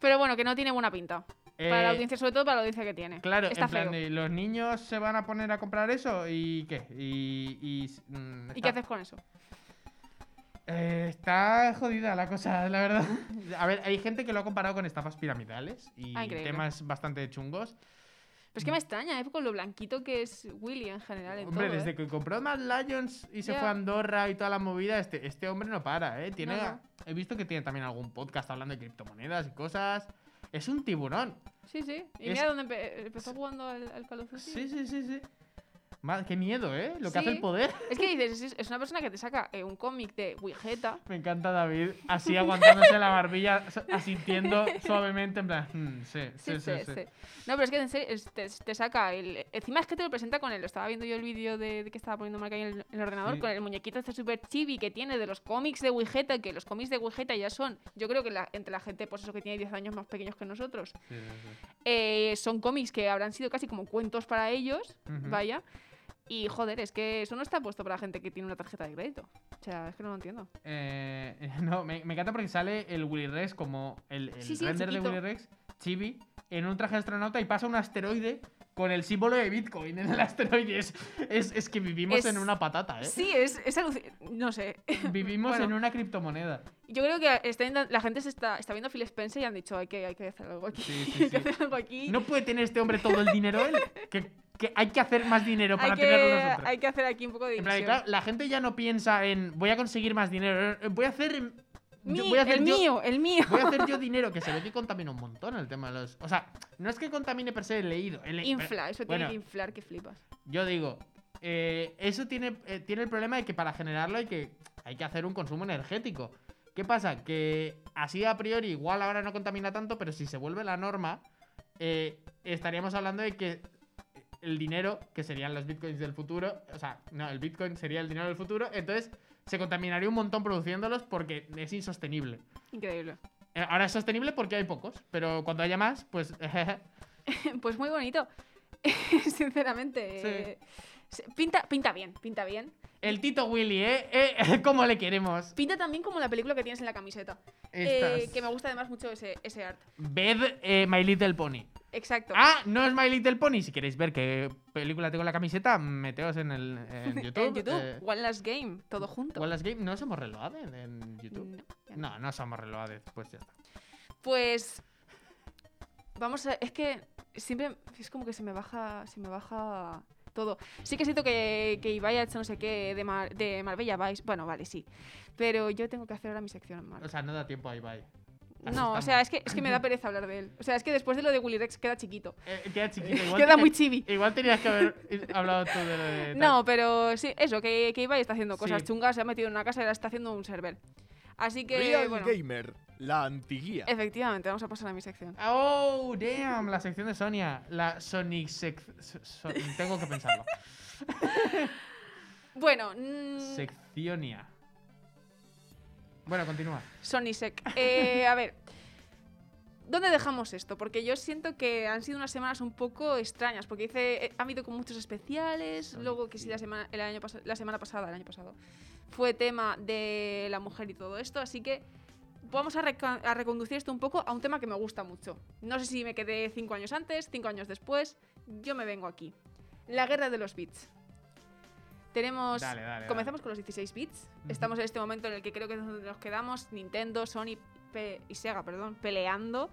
[SPEAKER 2] Pero bueno, que no tiene buena pinta. Para la
[SPEAKER 3] Eh,
[SPEAKER 2] audiencia, sobre todo para la audiencia que tiene.
[SPEAKER 3] Claro,
[SPEAKER 2] Está
[SPEAKER 3] en plan,
[SPEAKER 2] feo.
[SPEAKER 3] de, ¿los niños se van a poner a comprar eso? ¿Y qué? ¿Y, y, mm,
[SPEAKER 2] ¿Y qué
[SPEAKER 3] está-
[SPEAKER 2] haces con eso?
[SPEAKER 3] Eh, está jodida la cosa, la verdad. A ver, hay gente que lo ha comparado con estafas piramidales y
[SPEAKER 2] Ah, increíble.
[SPEAKER 3] temas bastante chungos.
[SPEAKER 2] Pero es que me extraña, ¿eh? Con lo blanquito que es Willy en general. En
[SPEAKER 3] Hombre,
[SPEAKER 2] todo, ¿eh?
[SPEAKER 3] desde que compró Mad Lions y se
[SPEAKER 2] Ya.
[SPEAKER 3] fue a Andorra y toda la movida, este, este hombre no para, ¿eh? Tiene,
[SPEAKER 2] No, no.
[SPEAKER 3] He visto que tiene también algún podcast hablando de criptomonedas y cosas. Es un tiburón.
[SPEAKER 2] Sí, sí. Y
[SPEAKER 3] es-
[SPEAKER 2] mira dónde empe- empezó jugando al, al Call of Duty.
[SPEAKER 3] Sí, sí, sí, sí. Madre, qué miedo, ¿eh? Lo que hace
[SPEAKER 2] Sí.
[SPEAKER 3] el poder.
[SPEAKER 2] Es que dices, es- es una persona que te saca eh, un cómic de Wigeta.
[SPEAKER 3] Me encanta David, así aguantándose la barbilla, so- asintiendo suavemente, en plan, "Mm, sí, sí, sí, sí".
[SPEAKER 2] No, pero es que en serio, es- te, te saca el... Encima es que te lo presenta con él. Estaba viendo yo el vídeo de, de que estaba poniendo marca en el, en el ordenador
[SPEAKER 3] Sí.
[SPEAKER 2] con el muñequito este super chibi que tiene de los cómics de Wigeta, que los cómics de Wigeta ya son, yo creo que la- entre la gente, pues eso que tiene 10 años más pequeños que nosotros,
[SPEAKER 3] Sí, sí, sí.
[SPEAKER 2] eh, son cómics que habrán sido casi como cuentos para ellos,
[SPEAKER 3] Ujú.
[SPEAKER 2] vaya. Y joder, es que eso no está puesto para gente que tiene una tarjeta de crédito. O sea, es que no lo entiendo.
[SPEAKER 3] Eh, no, me, me encanta porque sale el Willy Rex como el, el
[SPEAKER 2] Sí, sí, el
[SPEAKER 3] render de
[SPEAKER 2] chiquito.
[SPEAKER 3] Willy Rex, Chibi, en un traje de astronauta y pasa un asteroide con el símbolo de Bitcoin en el asteroide. Es, es- es que vivimos
[SPEAKER 2] Es-
[SPEAKER 3] en una patata, ¿eh?
[SPEAKER 2] Sí, es, es aluci- No sé.
[SPEAKER 3] Vivimos
[SPEAKER 2] Bueno.
[SPEAKER 3] en una criptomoneda.
[SPEAKER 2] Yo creo que está inten- la gente se está, está viendo a Phil Spencer y han dicho, hay que, hay que hacer algo aquí.
[SPEAKER 3] Sí, sí,
[SPEAKER 2] hay que
[SPEAKER 3] sí.
[SPEAKER 2] hacer algo aquí.
[SPEAKER 3] ¿No puede tener este hombre todo el dinero él? Que, que hay que hacer más dinero
[SPEAKER 2] hay,
[SPEAKER 3] para
[SPEAKER 2] que,
[SPEAKER 3] tenerlo nosotros.
[SPEAKER 2] hay que hacer aquí un poco de
[SPEAKER 3] En plan,
[SPEAKER 2] división.
[SPEAKER 3] claro, la gente ya no piensa en voy a conseguir más dinero, eh, voy a hacer...
[SPEAKER 2] Mi-
[SPEAKER 3] yo- voy a hacer
[SPEAKER 2] el
[SPEAKER 3] yo-
[SPEAKER 2] mío, el mío.
[SPEAKER 3] Voy a hacer yo dinero, que se ve que contamina un montón el tema de los. O sea, no es que contamine per se el leído. el le-
[SPEAKER 2] Infla, eso
[SPEAKER 3] Bueno.
[SPEAKER 2] tiene que inflar que flipas.
[SPEAKER 3] Yo digo, eh, eso tiene, eh, tiene el problema de que para generarlo hay que, hay que hacer un consumo energético. ¿Qué pasa? Que así a priori, igual ahora no contamina tanto, pero si se vuelve la norma, eh, estaríamos hablando de que el dinero, que serían los bitcoins del futuro, o sea, no, el bitcoin sería el dinero del futuro, entonces se contaminaría un montón produciéndolos porque es insostenible.
[SPEAKER 2] Increíble.
[SPEAKER 3] Eh, Ahora es sostenible porque hay pocos, pero cuando haya más, pues.
[SPEAKER 2] Pues muy bonito. Sinceramente.
[SPEAKER 3] Sí.
[SPEAKER 2] eh, se- Pinta, pinta bien, pinta bien.
[SPEAKER 3] el Tito Willy, ¿eh? ¿eh? ¿Cómo le queremos?
[SPEAKER 2] Pinta también como la película que tienes en la camiseta. Eh,
[SPEAKER 3] Estas-
[SPEAKER 2] que me gusta además mucho ese, ese art.
[SPEAKER 3] Ved eh, My Little Pony.
[SPEAKER 2] Exacto.
[SPEAKER 3] Ah, no es My Little Pony. Si queréis ver qué película tengo en la camiseta, meteos en, el, en YouTube.
[SPEAKER 2] en YouTube,
[SPEAKER 3] eh,
[SPEAKER 2] One Last Game, todo junto.
[SPEAKER 3] Wallace Game, ¿no somos reloaded en YouTube?
[SPEAKER 2] No, Mm, ya no.
[SPEAKER 3] No, no somos reloaded, pues ya está.
[SPEAKER 2] Pues vamos a, es que siempre es como que se me baja, se me baja todo. Sí que siento que, que Ibai ha hecho no sé qué de, Mar- de Marbella Vice, bueno, vale, sí. Pero yo tengo que hacer ahora mi sección en
[SPEAKER 3] O sea, no da tiempo ahí, bye.
[SPEAKER 2] No, o sea, es que, es que me da pereza hablar de él. O sea, es que después de lo de Willy Rex queda chiquito.
[SPEAKER 3] Eh, queda chiquito. Igual
[SPEAKER 2] queda
[SPEAKER 3] tenías-
[SPEAKER 2] muy chibi.
[SPEAKER 3] Igual tenías que haber eh, hablado tú de lo de. tal.
[SPEAKER 2] No, pero sí, eso, que, que Ibai está haciendo cosas
[SPEAKER 3] Sí.
[SPEAKER 2] chungas, se ha metido en una casa y ahora está haciendo un server. Así que,
[SPEAKER 6] Real
[SPEAKER 2] bueno,
[SPEAKER 6] Gamer, la antiguía.
[SPEAKER 2] efectivamente, vamos a pasar a mi sección.
[SPEAKER 3] Oh, damn, la sección de Sonia. La Sonic sec... so- so- Tengo que pensarlo.
[SPEAKER 2] Bueno, mm,
[SPEAKER 3] Seccionia. Bueno, continúa.
[SPEAKER 2] Sonisec. Eh, a ver. ¿Dónde dejamos esto? Porque yo siento que han sido unas semanas un poco extrañas, porque dice, eh, ha habido con muchos especiales,
[SPEAKER 3] Sonic
[SPEAKER 2] luego que sí
[SPEAKER 3] Youth.
[SPEAKER 2] la semana, el año pas- la semana pasada, el año pasado, fue tema de la mujer y todo esto, así que vamos a, reca- a reconducir esto un poco a un tema que me gusta mucho. No sé si me quedé cinco años antes, cinco años después, yo me vengo aquí. La guerra de los bits. Tenemos...
[SPEAKER 3] Dale, dale,
[SPEAKER 2] Comenzamos con los 16 bits. Estamos en este momento en el que creo que es donde nos quedamos, Nintendo, Sony pe- y Sega, perdón, peleando.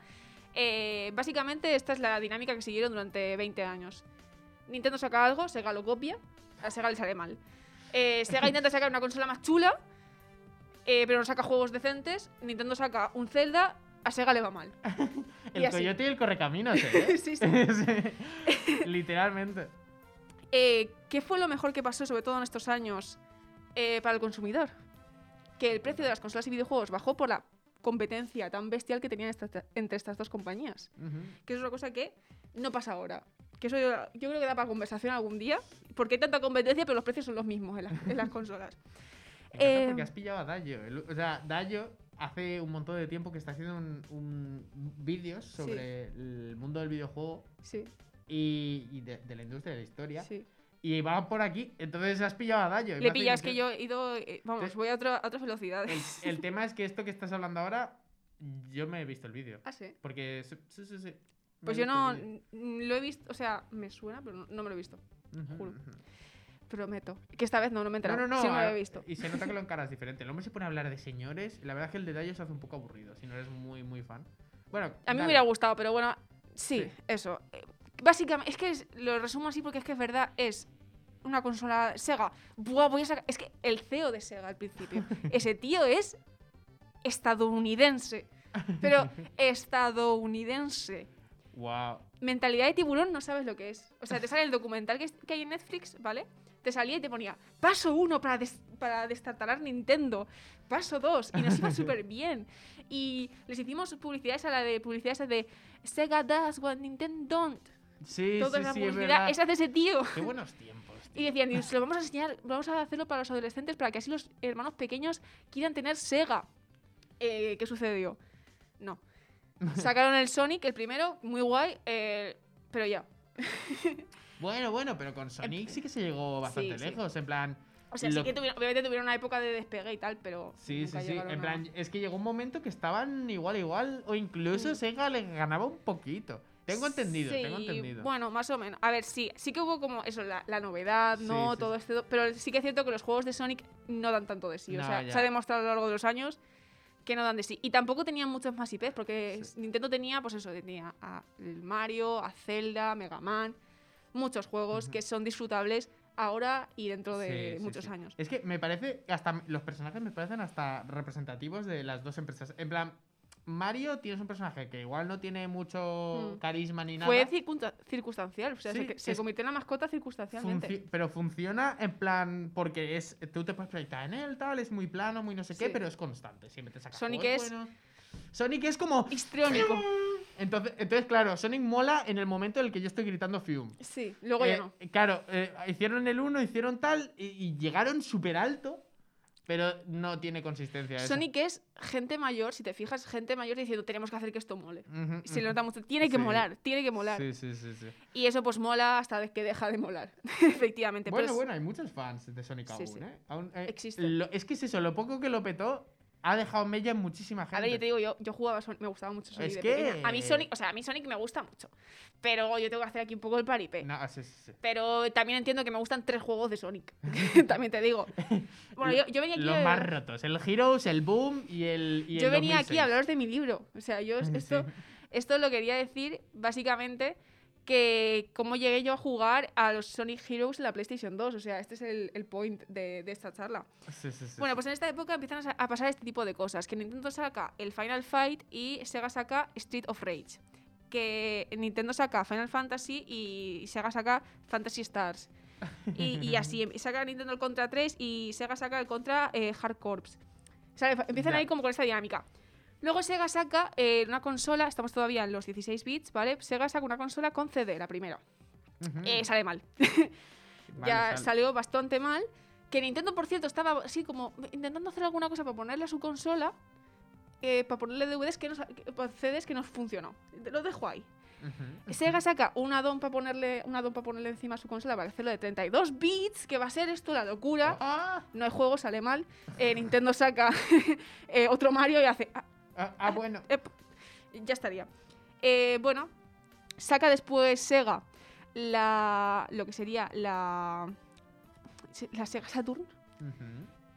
[SPEAKER 2] Eh, básicamente esta es la dinámica que siguieron durante 20 años. Nintendo saca algo, Sega lo copia, a Sega le sale mal. Eh, Sega intenta sacar una consola más chula, eh, pero no saca juegos decentes. Nintendo saca un Zelda, a Sega le va mal.
[SPEAKER 3] El
[SPEAKER 2] Y así.
[SPEAKER 3] coyote y el correcaminos, ¿eh?
[SPEAKER 2] Sí, sí.
[SPEAKER 3] Sí. Literalmente.
[SPEAKER 2] Eh, ¿Qué fue lo mejor que pasó, sobre todo en estos años, eh, para el consumidor? Que el precio de las consolas y videojuegos bajó por la competencia tan bestial que tenían estas- entre estas dos compañías.
[SPEAKER 3] Ujú.
[SPEAKER 2] Que es una cosa que no pasa ahora. Que eso yo, yo creo que da para conversación algún día, porque hay tanta competencia, pero los precios son los mismos en, las- en las consolas.
[SPEAKER 3] Me encanta
[SPEAKER 2] Eh,
[SPEAKER 3] porque has pillado a Dayo. El- O sea, Dayo hace un montón de tiempo que está haciendo un, un vídeos sobre el mundo del videojuego
[SPEAKER 2] Sí,
[SPEAKER 3] y, y de, de la industria de la historia.
[SPEAKER 2] sí.
[SPEAKER 3] Y va por aquí, entonces has pillado a Dayo. y me
[SPEAKER 2] Le
[SPEAKER 3] hace
[SPEAKER 2] pillas que
[SPEAKER 3] ilusión.
[SPEAKER 2] yo he ido, eh, vamos,
[SPEAKER 3] Entonces-
[SPEAKER 2] voy a, otra- a otras velocidades.
[SPEAKER 3] El, el tema es que esto que estás hablando ahora, yo me he visto el vídeo.
[SPEAKER 2] Ah, sí.
[SPEAKER 3] Porque. sí, sí, sí, sí, me
[SPEAKER 2] Pues
[SPEAKER 3] he
[SPEAKER 2] yo
[SPEAKER 3] visto
[SPEAKER 2] no
[SPEAKER 3] el vídeo.
[SPEAKER 2] mm, lo he visto, o sea, me suena, pero no, no me lo he visto.
[SPEAKER 3] Ujú,
[SPEAKER 2] juro.
[SPEAKER 3] ujú.
[SPEAKER 2] Prometo. Que esta vez no, no me he
[SPEAKER 3] No,
[SPEAKER 2] enterado.
[SPEAKER 3] no, no.
[SPEAKER 2] sí me lo
[SPEAKER 3] a-
[SPEAKER 2] había visto.
[SPEAKER 3] Y se nota que lo encaras diferente. El hombre se pone a hablar de señores. y La verdad es que el detalle se hace un poco aburrido si no eres muy, muy fan. Bueno,
[SPEAKER 2] A mí me
[SPEAKER 3] dale.
[SPEAKER 2] hubiera gustado, pero bueno, sí,
[SPEAKER 3] Sí.
[SPEAKER 2] eso. Eh, Básicamente, es que es- lo resumo así porque es que es verdad, es una consola Sega. Buah, voy a sacar. Es que el CEO de Sega al principio, ese tío es estadounidense. Pero estadounidense.
[SPEAKER 3] Guau.
[SPEAKER 2] Mentalidad de tiburón no sabes lo que es. O sea, te sale el documental que, es- que hay en Netflix, ¿vale? Te salía y te ponía paso uno para, des- para destartalar Nintendo, paso dos, y nos iba súper bien. Y les hicimos publicidades a la de publicidades de Sega does what Nintendo don't.
[SPEAKER 3] Sí,
[SPEAKER 2] Toda
[SPEAKER 3] sí,
[SPEAKER 2] esa
[SPEAKER 3] sí, es
[SPEAKER 2] publicidad
[SPEAKER 3] verdad.
[SPEAKER 2] es de ese tío.
[SPEAKER 3] Qué buenos tiempos. tío.
[SPEAKER 2] Y decían, "Y se lo vamos a enseñar, vamos a hacerlo para los adolescentes para que así los hermanos pequeños quieran tener Sega. Eh, ¿Qué sucedió? No. Sacaron el Sonic, el primero, muy guay, eh, pero ya.
[SPEAKER 3] Bueno, bueno, pero con Sonic sí que se llegó bastante
[SPEAKER 2] Em, sí.
[SPEAKER 3] lejos. En plan.
[SPEAKER 2] O sea,
[SPEAKER 3] Lo-
[SPEAKER 2] sí que tuvieron, obviamente tuvieron una época de despegue y tal, pero.
[SPEAKER 3] Sí, sí,
[SPEAKER 2] nunca
[SPEAKER 3] sí.
[SPEAKER 2] llegaron
[SPEAKER 3] En
[SPEAKER 2] a-
[SPEAKER 3] plan, es que llegó un momento que estaban igual, igual. O incluso Sega le ganaba un poquito. Tengo entendido,
[SPEAKER 2] Mm. Sí,
[SPEAKER 3] tengo entendido.
[SPEAKER 2] Bueno, más o menos. A ver, sí, sí que hubo como eso, la, la novedad,
[SPEAKER 3] Sí,
[SPEAKER 2] ¿no?
[SPEAKER 3] sí,
[SPEAKER 2] Todo este. Pero sí que es cierto que los juegos de Sonic no dan tanto de sí.
[SPEAKER 3] No,
[SPEAKER 2] o sea,
[SPEAKER 3] ya.
[SPEAKER 2] se ha demostrado a lo largo de los años que no dan de sí. Y tampoco tenían muchos más IPs, porque Nintendo tenía, pues eso, tenía a el Mario, a Zelda, Mega Man, muchos juegos
[SPEAKER 3] Ujú.
[SPEAKER 2] que son disfrutables ahora y dentro de
[SPEAKER 3] Sí, sí,
[SPEAKER 2] muchos
[SPEAKER 3] sí.
[SPEAKER 2] años.
[SPEAKER 3] Es que me parece, hasta los personajes me parecen hasta representativos de las dos empresas. En plan, Mario tienes un personaje que igual no tiene mucho
[SPEAKER 2] Mm.
[SPEAKER 3] carisma ni nada.
[SPEAKER 2] Fue circunta- circunstancial, o sea,
[SPEAKER 3] Sí,
[SPEAKER 2] se, se
[SPEAKER 3] es-
[SPEAKER 2] convirtió en una mascota circunstancialmente.
[SPEAKER 3] Funci- pero funciona en plan porque es tú te puedes proyectar en él tal es muy plano muy no sé qué
[SPEAKER 2] Sí.
[SPEAKER 3] pero es constante siempre te saca
[SPEAKER 2] Sonic
[SPEAKER 3] juegos
[SPEAKER 2] es-
[SPEAKER 3] buenos. Sonic es como
[SPEAKER 2] histriónico.
[SPEAKER 3] entonces entonces claro Sonic mola en el momento en el que yo estoy gritando fium
[SPEAKER 2] Sí, luego
[SPEAKER 3] Eh,
[SPEAKER 2] ya no.
[SPEAKER 3] Claro, eh, hicieron el 1, hicieron tal y, y llegaron súper alto, pero no tiene consistencia. eso.
[SPEAKER 2] Sonic es gente mayor, si te fijas, gente mayor diciendo tenemos que hacer que esto mole.
[SPEAKER 3] Ujú,
[SPEAKER 2] Se le
[SPEAKER 3] ujú.
[SPEAKER 2] nota mucho, tiene que
[SPEAKER 3] Sí.
[SPEAKER 2] molar, tiene que molar.
[SPEAKER 3] Sí, sí, sí. sí.
[SPEAKER 2] Y eso pues mola hasta que deja de molar, efectivamente. Pues,
[SPEAKER 3] Bueno,
[SPEAKER 2] pero es-
[SPEAKER 3] bueno, hay muchos fans de Sonic
[SPEAKER 2] Sí,
[SPEAKER 3] aún,
[SPEAKER 2] sí.
[SPEAKER 3] ¿eh? Aún, eh,
[SPEAKER 2] Existe.
[SPEAKER 3] lo- es que es eso, lo poco que lo petó, ha dejado mella en muchísima gente.
[SPEAKER 2] Ahora yo te digo, yo, yo jugaba, Son- me gustaba mucho Sonic.
[SPEAKER 3] Es
[SPEAKER 2] de
[SPEAKER 3] que-
[SPEAKER 2] pequeña. A mí Sonic, o sea, a mí Sonic me gusta mucho. Pero yo tengo que hacer aquí un poco el paripé.
[SPEAKER 3] No, sí, sí, sí.
[SPEAKER 2] Pero también entiendo que me gustan tres juegos de Sonic. también te digo. Bueno, yo, yo venía aquí.
[SPEAKER 3] Los
[SPEAKER 2] a-
[SPEAKER 3] más rotos. El Heroes, el Boom y el. y
[SPEAKER 2] yo
[SPEAKER 3] el
[SPEAKER 2] venía
[SPEAKER 3] 2006.
[SPEAKER 2] aquí a hablaros de mi libro. O sea, yo es-
[SPEAKER 3] Mm, Sí.
[SPEAKER 2] esto, esto lo quería decir básicamente que cómo llegué yo a jugar a los Sonic Heroes en la PlayStation 2. O sea, este es el, el point de, de esta charla.
[SPEAKER 3] Sí, sí, sí,
[SPEAKER 2] Bueno,
[SPEAKER 3] sí.
[SPEAKER 2] pues en esta época empiezan a sa- a pasar este tipo de cosas. Que Nintendo saca el Final Fight y Sega saca Street of Rage. Que Nintendo saca Final Fantasy y Sega saca Fantasy Stars. Y, y así, em- saca Nintendo el Contra 3 y Sega saca el Contra eh, Hard Corps. O sea, fa- empiezan
[SPEAKER 3] Ya.
[SPEAKER 2] ahí como con esta dinámica. Luego Sega saca eh, una consola, estamos todavía en los 16 bits, ¿vale? Sega saca una consola con CD, la primera.
[SPEAKER 3] Ujú.
[SPEAKER 2] Eh, sale mal
[SPEAKER 3] Vale,
[SPEAKER 2] ya
[SPEAKER 3] sale.
[SPEAKER 2] salió bastante mal. Que Nintendo, por cierto, estaba así como intentando hacer alguna cosa para ponerle a su consola, eh, para ponerle DVDs que no, sa- que- para CDs que no funcionó. Lo dejo ahí.
[SPEAKER 3] Ujú.
[SPEAKER 2] Sega saca una DOM para ponerle, una DOM para ponerle encima a su consola para hacerlo de 32 bits, que va a ser esto la locura.
[SPEAKER 3] Ah,
[SPEAKER 2] No hay juego, sale mal. Eh, Nintendo saca eh, otro Mario y hace, "Ah,
[SPEAKER 3] ah, ah, bueno.
[SPEAKER 2] Ep, ya estaría. Eh, bueno, saca después Sega la. lo que sería la. se- la Sega Saturn.
[SPEAKER 3] Ujú.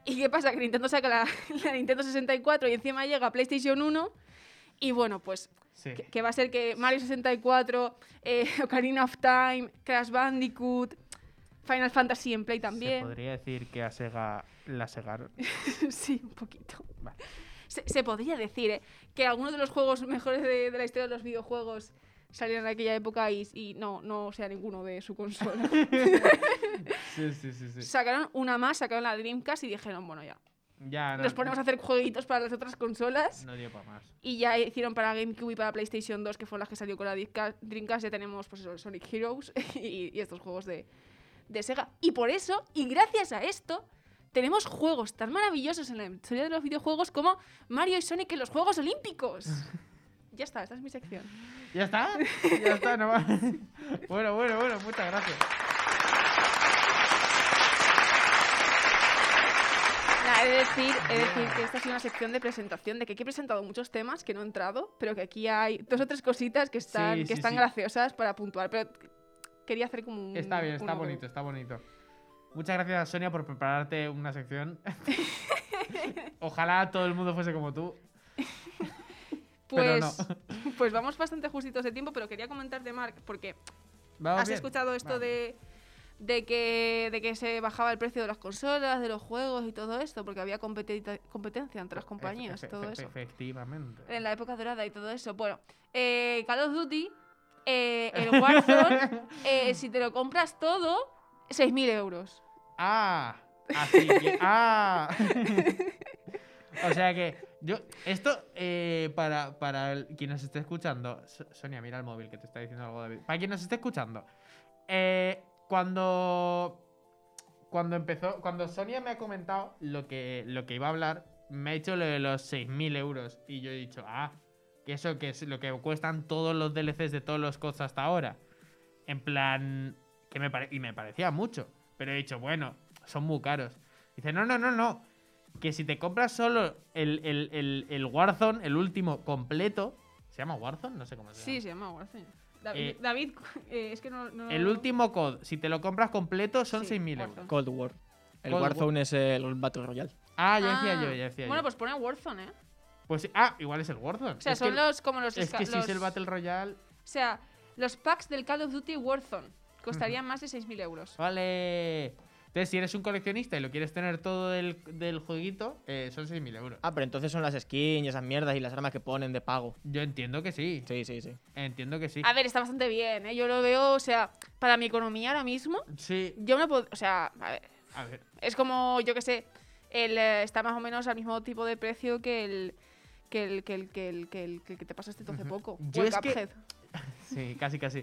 [SPEAKER 2] ¿Y qué pasa? Que Nintendo saca la, la Nintendo 64 y encima llega PlayStation 1. Y bueno, pues
[SPEAKER 3] Sí.
[SPEAKER 2] que, que va a ser que Mario 64, eh, Ocarina of Time, Crash Bandicoot, Final Fantasy en Play
[SPEAKER 3] Se
[SPEAKER 2] también.
[SPEAKER 3] podría decir que a Sega la segaron.
[SPEAKER 2] sí, un poquito.
[SPEAKER 3] Vale.
[SPEAKER 2] Se, se podría decir ¿eh? que algunos de los juegos mejores de, de la historia de los videojuegos salieron en aquella época y, y no, no sea ninguno de su consola.
[SPEAKER 3] Sí, sí, sí, sí.
[SPEAKER 2] sacaron una más, sacaron la Dreamcast y dijeron, bueno, ya,
[SPEAKER 3] Ya, no.
[SPEAKER 2] nos ponemos a hacer jueguitos para las otras consolas.
[SPEAKER 3] No dio para más.
[SPEAKER 2] Y ya hicieron para GameCube y para PlayStation 2, que fueron las que salió con la Dreamca- Dreamcast. Ya tenemos pues, eso, el Sonic Heroes y, y estos juegos de, de Sega. Y por eso, y gracias a esto, tenemos juegos tan maravillosos en la historia de los videojuegos como Mario y Sonic en los Juegos Olímpicos. ya está, esta es mi sección.
[SPEAKER 3] ¿Ya está? Ya está, no más. Bueno, bueno, bueno, muchas gracias.
[SPEAKER 2] Nada, he de decir, he de decir que esta ha sido una sección de presentación, de que aquí he presentado muchos temas que no he entrado, pero que aquí hay dos o tres cositas que están,
[SPEAKER 3] Sí,
[SPEAKER 2] que
[SPEAKER 3] sí,
[SPEAKER 2] están
[SPEAKER 3] sí.
[SPEAKER 2] graciosas para puntuar, pero quería hacer como un...
[SPEAKER 3] Está bien, está
[SPEAKER 2] un-
[SPEAKER 3] bonito, está bonito. Muchas gracias, Sonia, por prepararte una sección. Ojalá todo el mundo fuese como tú. Pero
[SPEAKER 2] Pues,
[SPEAKER 3] no.
[SPEAKER 2] pues vamos bastante justitos de tiempo, pero quería comentarte, Marc, porque
[SPEAKER 3] ¿Vamos
[SPEAKER 2] has
[SPEAKER 3] Ah, bien?
[SPEAKER 2] escuchado esto
[SPEAKER 3] Vamos.
[SPEAKER 2] de, de, que, de que se bajaba el precio de las consolas, de los juegos y todo esto, porque había competita- competencia entre las
[SPEAKER 3] Efe-
[SPEAKER 2] compañías,
[SPEAKER 3] efe-
[SPEAKER 2] todo
[SPEAKER 3] efe-
[SPEAKER 2] eso. Eh,
[SPEAKER 3] Efectivamente.
[SPEAKER 2] En la época dorada y todo eso. Bueno, eh, Call of Duty, eh, el Warzone, eh, si te lo compras todo, 6.000 euros.
[SPEAKER 3] Ah, así que. Ah. o sea que. Yo, esto, eh, para, para el- quien nos esté escuchando, So- Sonia, mira el móvil que te está diciendo algo, David. Para quien nos esté escuchando, eh, cuando. Cuando empezó, cuando Sonia me ha comentado lo que, lo que iba a hablar, me ha dicho lo de los 6.000 euros. Y yo he dicho, ah, que eso que es lo que cuestan todos los DLCs de todos los cosas hasta ahora. En plan, que me pare- y me parecía mucho. Pero he dicho, bueno, son muy caros. Dice, no, no, no, no. Que si te compras solo el, el- el- el Warzone, el último completo. ¿Se llama Warzone? No sé cómo se
[SPEAKER 2] Sí,
[SPEAKER 3] llama.
[SPEAKER 2] se llama Warzone. David,
[SPEAKER 3] Eh,
[SPEAKER 2] David, eh, es que no... no-
[SPEAKER 3] El último COD, si te lo compras completo, son
[SPEAKER 2] Sí,
[SPEAKER 3] 6.000 euros.
[SPEAKER 2] Warzone.
[SPEAKER 7] Cold War. El
[SPEAKER 3] Cold
[SPEAKER 7] Warzone es el Battle Royale.
[SPEAKER 3] Ah, ya decía
[SPEAKER 2] Ah,
[SPEAKER 3] yo, ya decía
[SPEAKER 2] Bueno,
[SPEAKER 3] yo.
[SPEAKER 2] pues pone Warzone, ¿eh?
[SPEAKER 3] Pues sí, ah, igual es el Warzone.
[SPEAKER 2] O sea,
[SPEAKER 3] es
[SPEAKER 2] son
[SPEAKER 3] que,
[SPEAKER 2] los como los,
[SPEAKER 3] Es
[SPEAKER 2] esca-
[SPEAKER 3] que si es
[SPEAKER 2] los-
[SPEAKER 3] el Battle Royale.
[SPEAKER 2] O sea, los packs del Call of Duty Warzone costarían más de 6.000 euros.
[SPEAKER 3] Vale. Entonces, si eres un coleccionista y lo quieres tener todo del, del jueguito, eh, son 6.000 euros.
[SPEAKER 7] Ah, pero entonces son las skins y esas mierdas y las armas que ponen de pago.
[SPEAKER 3] Yo entiendo que sí.
[SPEAKER 7] Sí, sí, sí.
[SPEAKER 3] Entiendo que sí.
[SPEAKER 2] A ver, está bastante bien, ¿eh? Yo lo veo, o sea, para mi economía ahora mismo,
[SPEAKER 3] Sí,
[SPEAKER 2] yo no puedo... O sea, a ver,
[SPEAKER 3] a ver.
[SPEAKER 2] es como, yo qué sé, el, eh, está más o menos al mismo tipo de precio que el que el que, el, que, el, que, el- que el que te pasaste tú hace
[SPEAKER 3] Ujú.
[SPEAKER 2] poco.
[SPEAKER 3] Yo
[SPEAKER 2] o el
[SPEAKER 3] es que-
[SPEAKER 2] Cuphead.
[SPEAKER 3] Sí, casi, casi.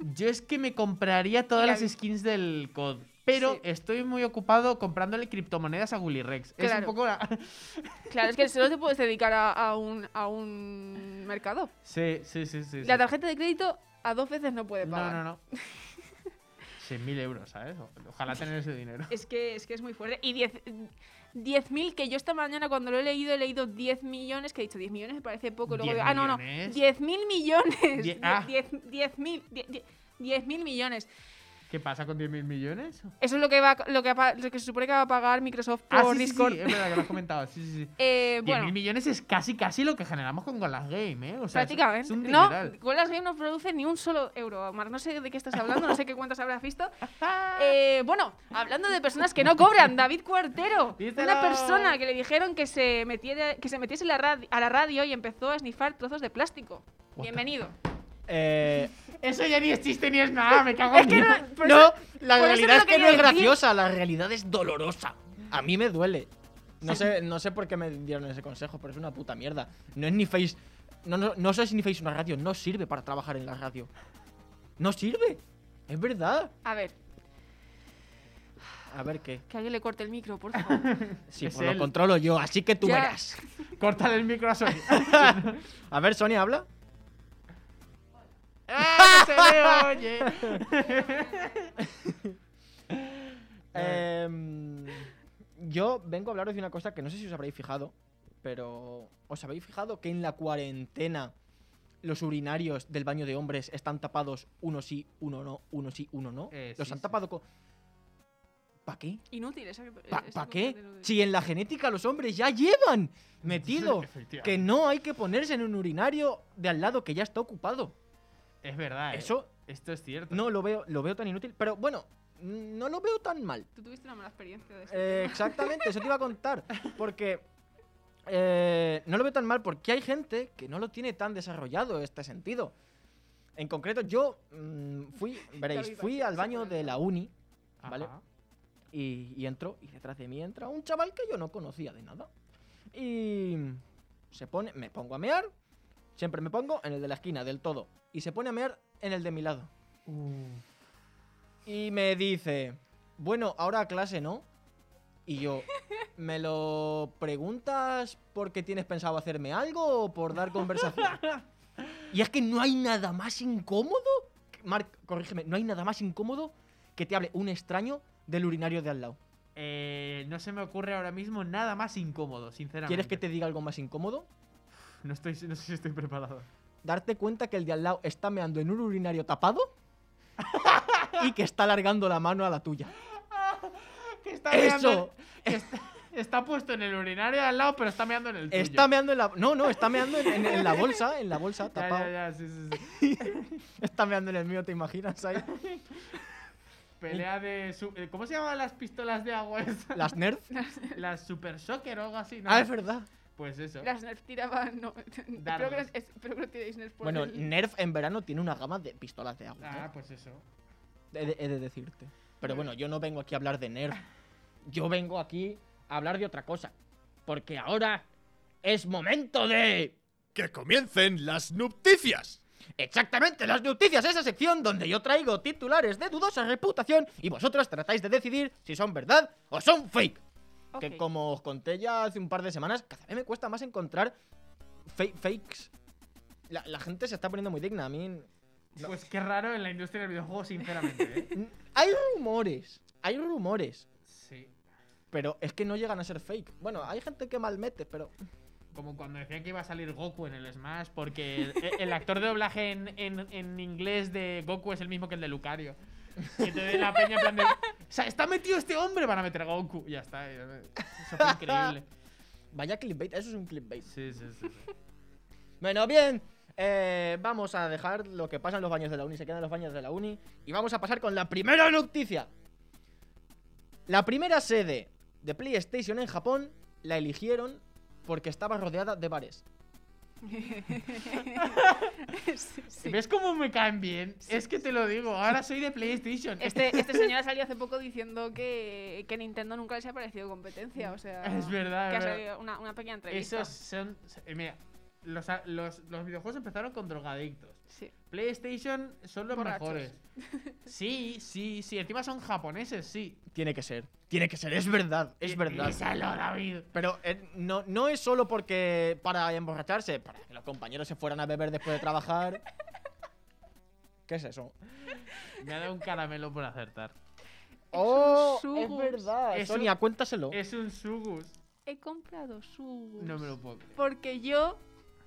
[SPEAKER 3] Yo es que me compraría todas
[SPEAKER 2] Y la
[SPEAKER 3] las
[SPEAKER 2] vi-
[SPEAKER 3] skins del COD. Pero
[SPEAKER 2] Sí.
[SPEAKER 3] estoy muy ocupado comprándole criptomonedas a Willy Rex. Es un
[SPEAKER 2] Claro.
[SPEAKER 3] poco la...
[SPEAKER 2] Claro, es que solo te puedes dedicar a, a un, a un mercado.
[SPEAKER 3] Sí, sí, sí, sí. sí.
[SPEAKER 2] La tarjeta de crédito a dos veces no puede
[SPEAKER 3] No,
[SPEAKER 2] pagar.
[SPEAKER 3] no, no. 100.000 euros, ¿sabes? O- Ojalá tener ese dinero.
[SPEAKER 2] Es que, es que es muy fuerte. Y 10 10.000, que yo esta mañana cuando lo he leído he leído 10 millones, que he dicho 10 millones me parece poco. Luego
[SPEAKER 3] 10
[SPEAKER 2] digo, ah, no, no,
[SPEAKER 3] millones.
[SPEAKER 2] 10.000 millones.
[SPEAKER 3] Die-
[SPEAKER 2] Die-
[SPEAKER 3] ah.
[SPEAKER 2] 10 10.000 die- die- 10.000 millones.
[SPEAKER 3] ¿Qué pasa con 10.000 millones?
[SPEAKER 2] Eso es lo que, va, lo, que, apa- lo que se supone que va a pagar Microsoft por
[SPEAKER 3] ah, sí, sí,
[SPEAKER 2] Discord.
[SPEAKER 3] sí, es verdad que lo has comentado. Sí, sí, sí.
[SPEAKER 2] Eh,
[SPEAKER 3] 10.000
[SPEAKER 2] bueno,
[SPEAKER 3] millones es casi, casi lo que generamos con Golas Game, ¿eh? O sea, es-
[SPEAKER 2] prácticamente.
[SPEAKER 3] Es un
[SPEAKER 2] no,
[SPEAKER 3] dineral.
[SPEAKER 2] Golas Game no produce ni un solo euro, Omar. No sé de qué estás hablando, no sé qué cuentas habrás visto.
[SPEAKER 3] Ah,
[SPEAKER 2] Eh, bueno, hablando de personas que no cobran, David Cuartero,
[SPEAKER 3] Díselo.
[SPEAKER 2] una persona que le dijeron que se metiera, que se metiese la radi- a la radio y empezó a snifar trozos de plástico.
[SPEAKER 3] the-
[SPEAKER 2] Bienvenido.
[SPEAKER 7] Eh,
[SPEAKER 3] Eso ya ni es chiste ni es nada, me cago en
[SPEAKER 2] que
[SPEAKER 3] Dios.
[SPEAKER 2] no- por
[SPEAKER 7] no,
[SPEAKER 2] eso-
[SPEAKER 7] la
[SPEAKER 2] por eso
[SPEAKER 7] realidad
[SPEAKER 2] te lo
[SPEAKER 7] es que no
[SPEAKER 2] quería
[SPEAKER 7] es
[SPEAKER 2] decir.
[SPEAKER 7] graciosa, la realidad es dolorosa. A mí me duele. No sé, no sé por qué me dieron ese consejo, pero es una puta mierda. No es ni face. No, no, no sois ni face una radio, no sirve para trabajar en la radio. No sirve. Es verdad.
[SPEAKER 2] A ver,
[SPEAKER 7] A ver qué.
[SPEAKER 2] que alguien le corte el micro, por favor.
[SPEAKER 7] Sí,
[SPEAKER 3] Es
[SPEAKER 7] pues
[SPEAKER 3] él.
[SPEAKER 7] lo controlo yo, así que tú
[SPEAKER 2] Ya.
[SPEAKER 7] verás.
[SPEAKER 3] Córtale el micro a Sony.
[SPEAKER 7] A ver, Sonia, habla.
[SPEAKER 3] ¡Ah, no se le oye!
[SPEAKER 7] Em, yo vengo a hablaros de una cosa que no sé si os habréis fijado, pero ¿os habéis fijado que en la cuarentena los urinarios del baño de hombres están tapados uno sí, uno no, uno sí, uno no?
[SPEAKER 3] Eh,
[SPEAKER 7] los
[SPEAKER 3] sí,
[SPEAKER 7] han
[SPEAKER 3] sí.
[SPEAKER 7] tapado con... ¿Para qué?
[SPEAKER 2] Inútil. esa-
[SPEAKER 7] ¿Para
[SPEAKER 2] esa
[SPEAKER 7] qué?
[SPEAKER 2] cosa de-
[SPEAKER 7] Si en la genética los hombres ya llevan metido
[SPEAKER 3] Efectivamente.
[SPEAKER 7] que no hay que ponerse en un urinario de al lado que ya está ocupado.
[SPEAKER 3] Es verdad. eh.
[SPEAKER 7] Eso
[SPEAKER 3] Esto es cierto.
[SPEAKER 7] no lo veo, lo veo tan inútil, pero bueno, no lo veo tan mal.
[SPEAKER 2] Tú tuviste una mala experiencia de eso.
[SPEAKER 7] Eh, exactamente, eso te iba a contar. Porque eh, no lo veo tan mal porque hay gente que no lo tiene tan desarrollado este sentido. En concreto, yo mm, fui, veréis,
[SPEAKER 2] iba a
[SPEAKER 7] fui
[SPEAKER 2] decir,
[SPEAKER 7] al
[SPEAKER 2] se
[SPEAKER 7] baño
[SPEAKER 2] puede
[SPEAKER 7] de
[SPEAKER 2] hablar.
[SPEAKER 7] la uni
[SPEAKER 3] Ajá.
[SPEAKER 7] vale. y, y entro y detrás de mí entra un chaval que yo no conocía de nada. Y se pone, me pongo a mear, siempre me pongo en el de la esquina, del todo. Y se pone a mear en el de mi lado.
[SPEAKER 3] Uh.
[SPEAKER 7] Y me dice, bueno, ahora a clase, ¿no? Y yo, ¿me lo preguntas porque tienes pensado hacerme algo o por dar conversación? Y es que no hay nada más incómodo, Marc, corrígeme, no hay nada más incómodo que te hable un extraño del urinario de al lado.
[SPEAKER 3] Eh, no se me ocurre ahora mismo nada más incómodo, sinceramente.
[SPEAKER 7] ¿Quieres que te diga algo más incómodo?
[SPEAKER 3] No, estoy, no sé si estoy preparado.
[SPEAKER 7] Darte cuenta que el de al lado está meando en un urinario tapado y que está alargando la mano a la tuya.
[SPEAKER 3] Que está
[SPEAKER 7] Eso,
[SPEAKER 3] Está puesto en el urinario de al lado, pero está meando en el tuyo.
[SPEAKER 7] está meando en la... No, no, está meando en, en- en la bolsa, en la bolsa,
[SPEAKER 3] Ya,
[SPEAKER 7] tapado.
[SPEAKER 3] ya, ya, sí, sí, sí.
[SPEAKER 7] Está meando en el mío, ¿te imaginas? Ahí.
[SPEAKER 3] Pelea de... su- eh, ¿Cómo se llaman las pistolas de agua esas?
[SPEAKER 7] Las nerds.
[SPEAKER 3] Las Super Soccer o algo así, ¿no?
[SPEAKER 7] Ah, es verdad.
[SPEAKER 3] Pues eso.
[SPEAKER 2] Las Nerf tiraban. No, espero, que,
[SPEAKER 3] Dardos.
[SPEAKER 2] las- espero que no tiréis Nerf por
[SPEAKER 7] Bueno,
[SPEAKER 2] el-
[SPEAKER 7] Nerf en verano tiene una gama de pistolas de agua.
[SPEAKER 3] Ah,
[SPEAKER 7] ¿eh?
[SPEAKER 3] pues eso.
[SPEAKER 7] He, de, he de decirte. Pero bueno, yo no vengo aquí a hablar de Nerf. Yo vengo aquí a hablar de otra cosa. Porque ahora es momento de...
[SPEAKER 6] ¡Que comiencen las nupticias!
[SPEAKER 7] Exactamente, las noticias, esa sección donde yo traigo titulares de dudosa reputación y vosotros tratáis de decidir si son verdad o son fake.
[SPEAKER 2] Ok.
[SPEAKER 7] Que como os conté ya hace un par de semanas, cada vez me cuesta más encontrar fa- fakes. La, la gente se está poniendo muy digna. A mí.
[SPEAKER 3] Pues qué raro en la industria del videojuego, sinceramente, ¿eh?
[SPEAKER 7] N- Hay rumores, hay rumores,
[SPEAKER 3] Sí.
[SPEAKER 7] pero es que no llegan a ser fake. Bueno, hay gente que malmete, pero.
[SPEAKER 3] Como cuando decían que iba a salir Goku en el Smash, porque el, e, el- el actor de doblaje en, en- en inglés de Goku es el mismo que el de Lucario. Y entonces la peña en plan de, "O sea, está metido este hombre, van a meter a Goku. Y ya está. y- eh, Eso fue increíble.
[SPEAKER 7] Vaya clickbait, eso es un clickbait.
[SPEAKER 3] Sí, sí, sí. sí.
[SPEAKER 7] Bueno, bien. eh, vamos a dejar lo que pasa en los baños de la uni, se quedan los baños de la uni. Y vamos a pasar con la primera noticia. La primera sede de PlayStation en Japón la eligieron porque estaba rodeada de bares.
[SPEAKER 2] Sí, sí.
[SPEAKER 3] ¿Ves cómo me caen bien? es que te lo digo, ahora soy de PlayStation.
[SPEAKER 2] Este, este señor ha salido hace poco diciendo que, que Nintendo nunca les ha parecido competencia, o sea...
[SPEAKER 3] Es verdad,
[SPEAKER 2] Que
[SPEAKER 3] es
[SPEAKER 2] ha
[SPEAKER 3] verdad.
[SPEAKER 2] salido una, una pequeña entrevista.
[SPEAKER 3] Esos son. eh, Mira, los, a- los, los videojuegos empezaron con drogadictos.
[SPEAKER 2] Sí.
[SPEAKER 3] PlayStation son los
[SPEAKER 2] Borrachos.
[SPEAKER 3] mejores. Sí, sí, sí. Encima son japoneses, sí.
[SPEAKER 7] Tiene que ser, tiene que ser, es verdad, es verdad.
[SPEAKER 3] Díselo, David.
[SPEAKER 7] Pero eh, no, no es solo porque para emborracharse, para que los compañeros se fueran a beber después de trabajar. ¿Qué es eso?
[SPEAKER 3] Me ha dado un caramelo por acertar.
[SPEAKER 7] ¡Oh! Es
[SPEAKER 2] sugus.
[SPEAKER 7] verdad.
[SPEAKER 3] Es un-
[SPEAKER 7] Sonia, cuéntaselo.
[SPEAKER 3] Es un sugus.
[SPEAKER 2] He comprado su.
[SPEAKER 3] No me lo puedo creer.
[SPEAKER 2] Porque yo